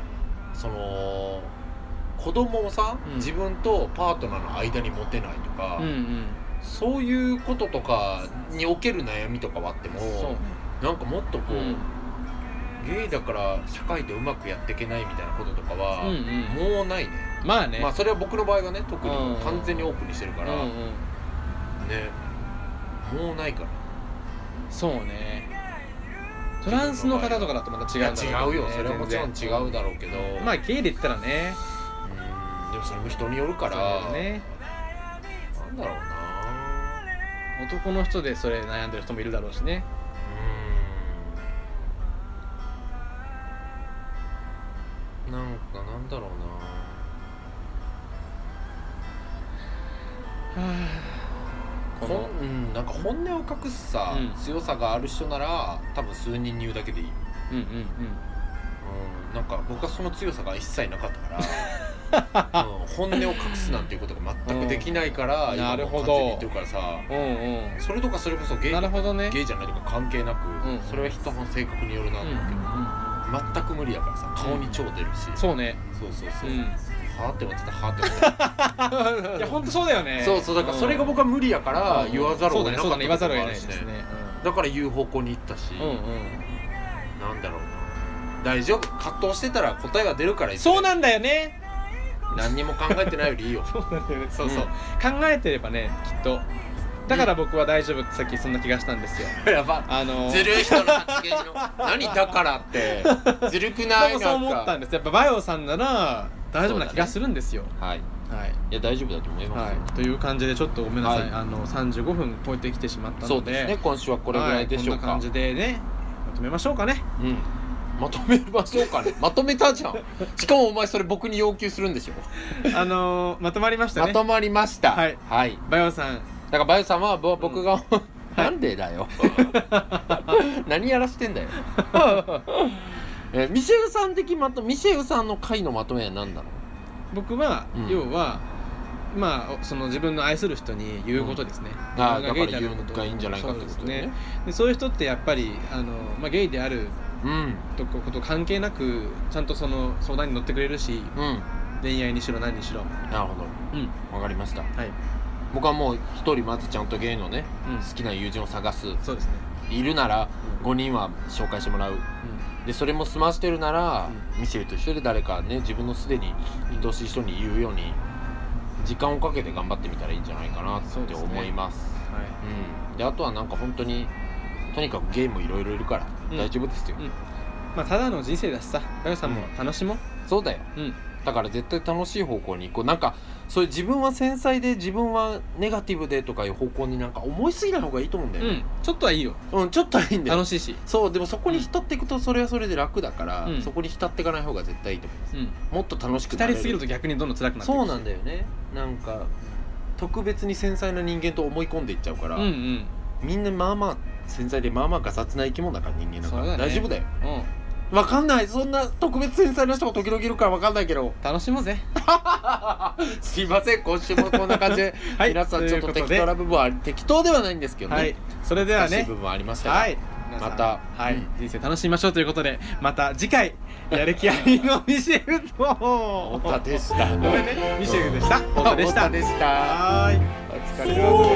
[SPEAKER 2] その子供をさ、
[SPEAKER 1] うん
[SPEAKER 2] 自分とパートナーの間に持てないとか、
[SPEAKER 1] うんうん
[SPEAKER 2] そういうこととかにおける悩みとかはあっても、
[SPEAKER 1] そうね
[SPEAKER 2] なんかもっとこう、
[SPEAKER 1] うん
[SPEAKER 2] ゲイだから社会でうまくやっていけないみたいなこととかは、
[SPEAKER 1] うんうん
[SPEAKER 2] もうないね
[SPEAKER 1] まあね、
[SPEAKER 2] まあそれは僕の場合はね特に
[SPEAKER 1] うん
[SPEAKER 2] 完全にオープンにしてるから、
[SPEAKER 1] うんう
[SPEAKER 2] ね
[SPEAKER 1] ん、
[SPEAKER 2] もうないから
[SPEAKER 1] そうねトランスの方とかだとまた
[SPEAKER 2] い
[SPEAKER 1] 違
[SPEAKER 2] や
[SPEAKER 1] うんだろうけ
[SPEAKER 2] 違
[SPEAKER 1] どね、
[SPEAKER 2] うよそれはもちろん
[SPEAKER 1] 全
[SPEAKER 2] 違
[SPEAKER 1] 然
[SPEAKER 2] うだろうけど、
[SPEAKER 1] まあゲイで言ったらね
[SPEAKER 2] うんでもそれも人によるから
[SPEAKER 1] そうだよね
[SPEAKER 2] なんだろうな
[SPEAKER 1] 男の人でそれ悩んでる人もいるだろうしね
[SPEAKER 2] うんなんかなんだろう
[SPEAKER 1] はあ
[SPEAKER 2] な
[SPEAKER 1] この
[SPEAKER 2] ほんうんなんか本音を隠すさ、
[SPEAKER 1] うん
[SPEAKER 2] 強さがある人なら多分数人に言うだけでいい、
[SPEAKER 1] うんうん
[SPEAKER 2] うん、なんか僕はその強さが一切なかった から、うん、本音を隠すなんていうことが全くできないから、
[SPEAKER 1] うん
[SPEAKER 2] 今
[SPEAKER 1] なるほ
[SPEAKER 2] もう
[SPEAKER 1] ど
[SPEAKER 2] 完全に言ってるからさ
[SPEAKER 1] うんうん
[SPEAKER 2] それとかそれこそゲ
[SPEAKER 1] うん
[SPEAKER 2] イ
[SPEAKER 1] なるほどね
[SPEAKER 2] ゲイじゃないとか関係なく、
[SPEAKER 1] うん
[SPEAKER 2] それは人の性格によるな
[SPEAKER 1] う
[SPEAKER 2] と
[SPEAKER 1] ん
[SPEAKER 2] 思うけど、
[SPEAKER 1] うん
[SPEAKER 2] 全く無理だからさ顔に超出るし、
[SPEAKER 1] そうね
[SPEAKER 2] そうそうそうう、
[SPEAKER 1] ん
[SPEAKER 2] はあって思ってたはあって思ってた
[SPEAKER 1] いや本当そうだよ ね
[SPEAKER 2] そうそうだからそれが僕は無理やか
[SPEAKER 1] は
[SPEAKER 2] ら言わざるを得な
[SPEAKER 1] そう
[SPEAKER 2] か
[SPEAKER 1] だ
[SPEAKER 2] った
[SPEAKER 1] ね言わざるを
[SPEAKER 2] とこもあ
[SPEAKER 1] 得ない
[SPEAKER 2] る
[SPEAKER 1] で
[SPEAKER 2] し
[SPEAKER 1] すね
[SPEAKER 2] だから言う方向に行ったし、
[SPEAKER 1] うんうんうん
[SPEAKER 2] なんだろうな大丈夫葛藤してたら答えが出るからいつでも
[SPEAKER 1] そうなんだよね
[SPEAKER 2] 何にも考えてないよりいいよ
[SPEAKER 1] そうなんだよねそうそう
[SPEAKER 2] うん
[SPEAKER 1] 考えてればねきっとだから僕は大丈夫ってさっきそんな気がしたんですよ
[SPEAKER 2] やば
[SPEAKER 1] あのー
[SPEAKER 2] ずるい人の発言の何だからってずるくな
[SPEAKER 1] で
[SPEAKER 2] い
[SPEAKER 1] もそう思ったんですやっぱバイオさんなら大丈夫な気がするんですよ、
[SPEAKER 2] はい
[SPEAKER 1] はい
[SPEAKER 2] いや大丈夫だと思いま
[SPEAKER 1] は
[SPEAKER 2] すよ、
[SPEAKER 1] い、という感じでちょっとごめんなさい、
[SPEAKER 2] はい
[SPEAKER 1] あの35分超えてきてしまった
[SPEAKER 2] そ
[SPEAKER 1] の
[SPEAKER 2] う
[SPEAKER 1] で
[SPEAKER 2] ですね今週はこ
[SPEAKER 1] こ
[SPEAKER 2] れぐらいでしょうか、
[SPEAKER 1] こんな感じでねまとめましょうかね
[SPEAKER 2] うんまとめましょうかねまとめた じゃんしかもお前それ僕に要求するんでしょ
[SPEAKER 1] あのーまとまりました
[SPEAKER 2] ま
[SPEAKER 1] ね
[SPEAKER 2] とまりました
[SPEAKER 1] はい
[SPEAKER 2] はい、
[SPEAKER 1] バイオさん
[SPEAKER 2] だからバイオさんはぼ僕が、なんでだ よ何やらしてん だよえーミシェルさん的まとミシェルさんの回のまとめは何なの
[SPEAKER 1] 僕は、
[SPEAKER 2] うん
[SPEAKER 1] 要はまあその自分の愛する人に言うことですね、
[SPEAKER 2] あー
[SPEAKER 1] 自
[SPEAKER 2] だか
[SPEAKER 1] 分ゲ
[SPEAKER 2] ら
[SPEAKER 1] イである
[SPEAKER 2] 言う
[SPEAKER 1] こ
[SPEAKER 2] の
[SPEAKER 1] と
[SPEAKER 2] がいいんじゃないかってこと
[SPEAKER 1] そう
[SPEAKER 2] だ
[SPEAKER 1] で
[SPEAKER 2] よ
[SPEAKER 1] す
[SPEAKER 2] ね
[SPEAKER 1] ねでそういう人ってやっぱりあの、まあ、ゲイである
[SPEAKER 2] うん
[SPEAKER 1] とここと関係なくちゃんとその相談に乗ってくれるし
[SPEAKER 2] うん
[SPEAKER 1] 恋愛にしろ何にしろ
[SPEAKER 2] なるほ
[SPEAKER 1] うん
[SPEAKER 2] どわかりました
[SPEAKER 1] はい、
[SPEAKER 2] 僕はもう一人まずちゃんとゲイのね
[SPEAKER 1] うん、
[SPEAKER 2] 好きな友人を探す
[SPEAKER 1] そうですね、
[SPEAKER 2] いるなら
[SPEAKER 1] うん
[SPEAKER 2] 5人は紹介してもらうでそれも済ましてるなら、ミシェルと一緒で誰かね自分のすでに愛しい人に言うように時間をかけて頑張ってみたらいいんじゃないかなっ
[SPEAKER 1] そうで
[SPEAKER 2] て
[SPEAKER 1] すね
[SPEAKER 2] 思います
[SPEAKER 1] はい
[SPEAKER 2] うん、であとはなんか本当にとにかくゲームいろいろいるから
[SPEAKER 1] うん
[SPEAKER 2] 大丈夫ですよ、
[SPEAKER 1] うんまあただの人生だしさ高橋さんも楽しもう
[SPEAKER 2] そうだよ
[SPEAKER 1] うん
[SPEAKER 2] だから絶対楽しい方向に行こうなんかそういう自分は繊細で自分はネガティブでとかいう方向になんか思いすぎない方がいいと思うんだ
[SPEAKER 1] う
[SPEAKER 2] よね
[SPEAKER 1] んちょっとはいいよ
[SPEAKER 2] うん、ちょっとはいいんだよ
[SPEAKER 1] 楽しいし
[SPEAKER 2] そうでもそこに浸っていくとそれはそれで楽だから、
[SPEAKER 1] うん
[SPEAKER 2] そこに浸っていかない方が絶対いいと思います、
[SPEAKER 1] うん
[SPEAKER 2] もっと楽しく
[SPEAKER 1] 浸
[SPEAKER 2] なれ
[SPEAKER 1] りすぎると逆にどんどん辛くなってくる
[SPEAKER 2] そうなんだよねなんか特別に繊細な人間と思い込んでいっちゃうから、
[SPEAKER 1] うんうん
[SPEAKER 2] みんなまあまあ繊細でまあまあガサツな生き物だから人間だから
[SPEAKER 1] そうだね
[SPEAKER 2] 大丈夫だよ
[SPEAKER 1] うん
[SPEAKER 2] わかんないそんな特別繊細な人が時々いるからわかんないけど
[SPEAKER 1] 楽しもうぜ
[SPEAKER 2] すいません今週もこんな感じで、
[SPEAKER 1] はい
[SPEAKER 2] 皆さんちょっと
[SPEAKER 1] と
[SPEAKER 2] 適
[SPEAKER 1] いうことで
[SPEAKER 2] 当な部分はあり適当ではないんですけどね、
[SPEAKER 1] はいそれでは
[SPEAKER 2] 難しい
[SPEAKER 1] ね
[SPEAKER 2] 部分はありましたが、
[SPEAKER 1] はい皆さん
[SPEAKER 2] また
[SPEAKER 1] はい、
[SPEAKER 2] うん
[SPEAKER 1] 人生楽しみましょうということでまた次回やる気ありのミシェルと
[SPEAKER 2] お
[SPEAKER 1] ご
[SPEAKER 2] たでした
[SPEAKER 1] めんねミシェルでした
[SPEAKER 2] お
[SPEAKER 1] 太田でした
[SPEAKER 2] でした
[SPEAKER 1] はーい
[SPEAKER 2] お疲れ様です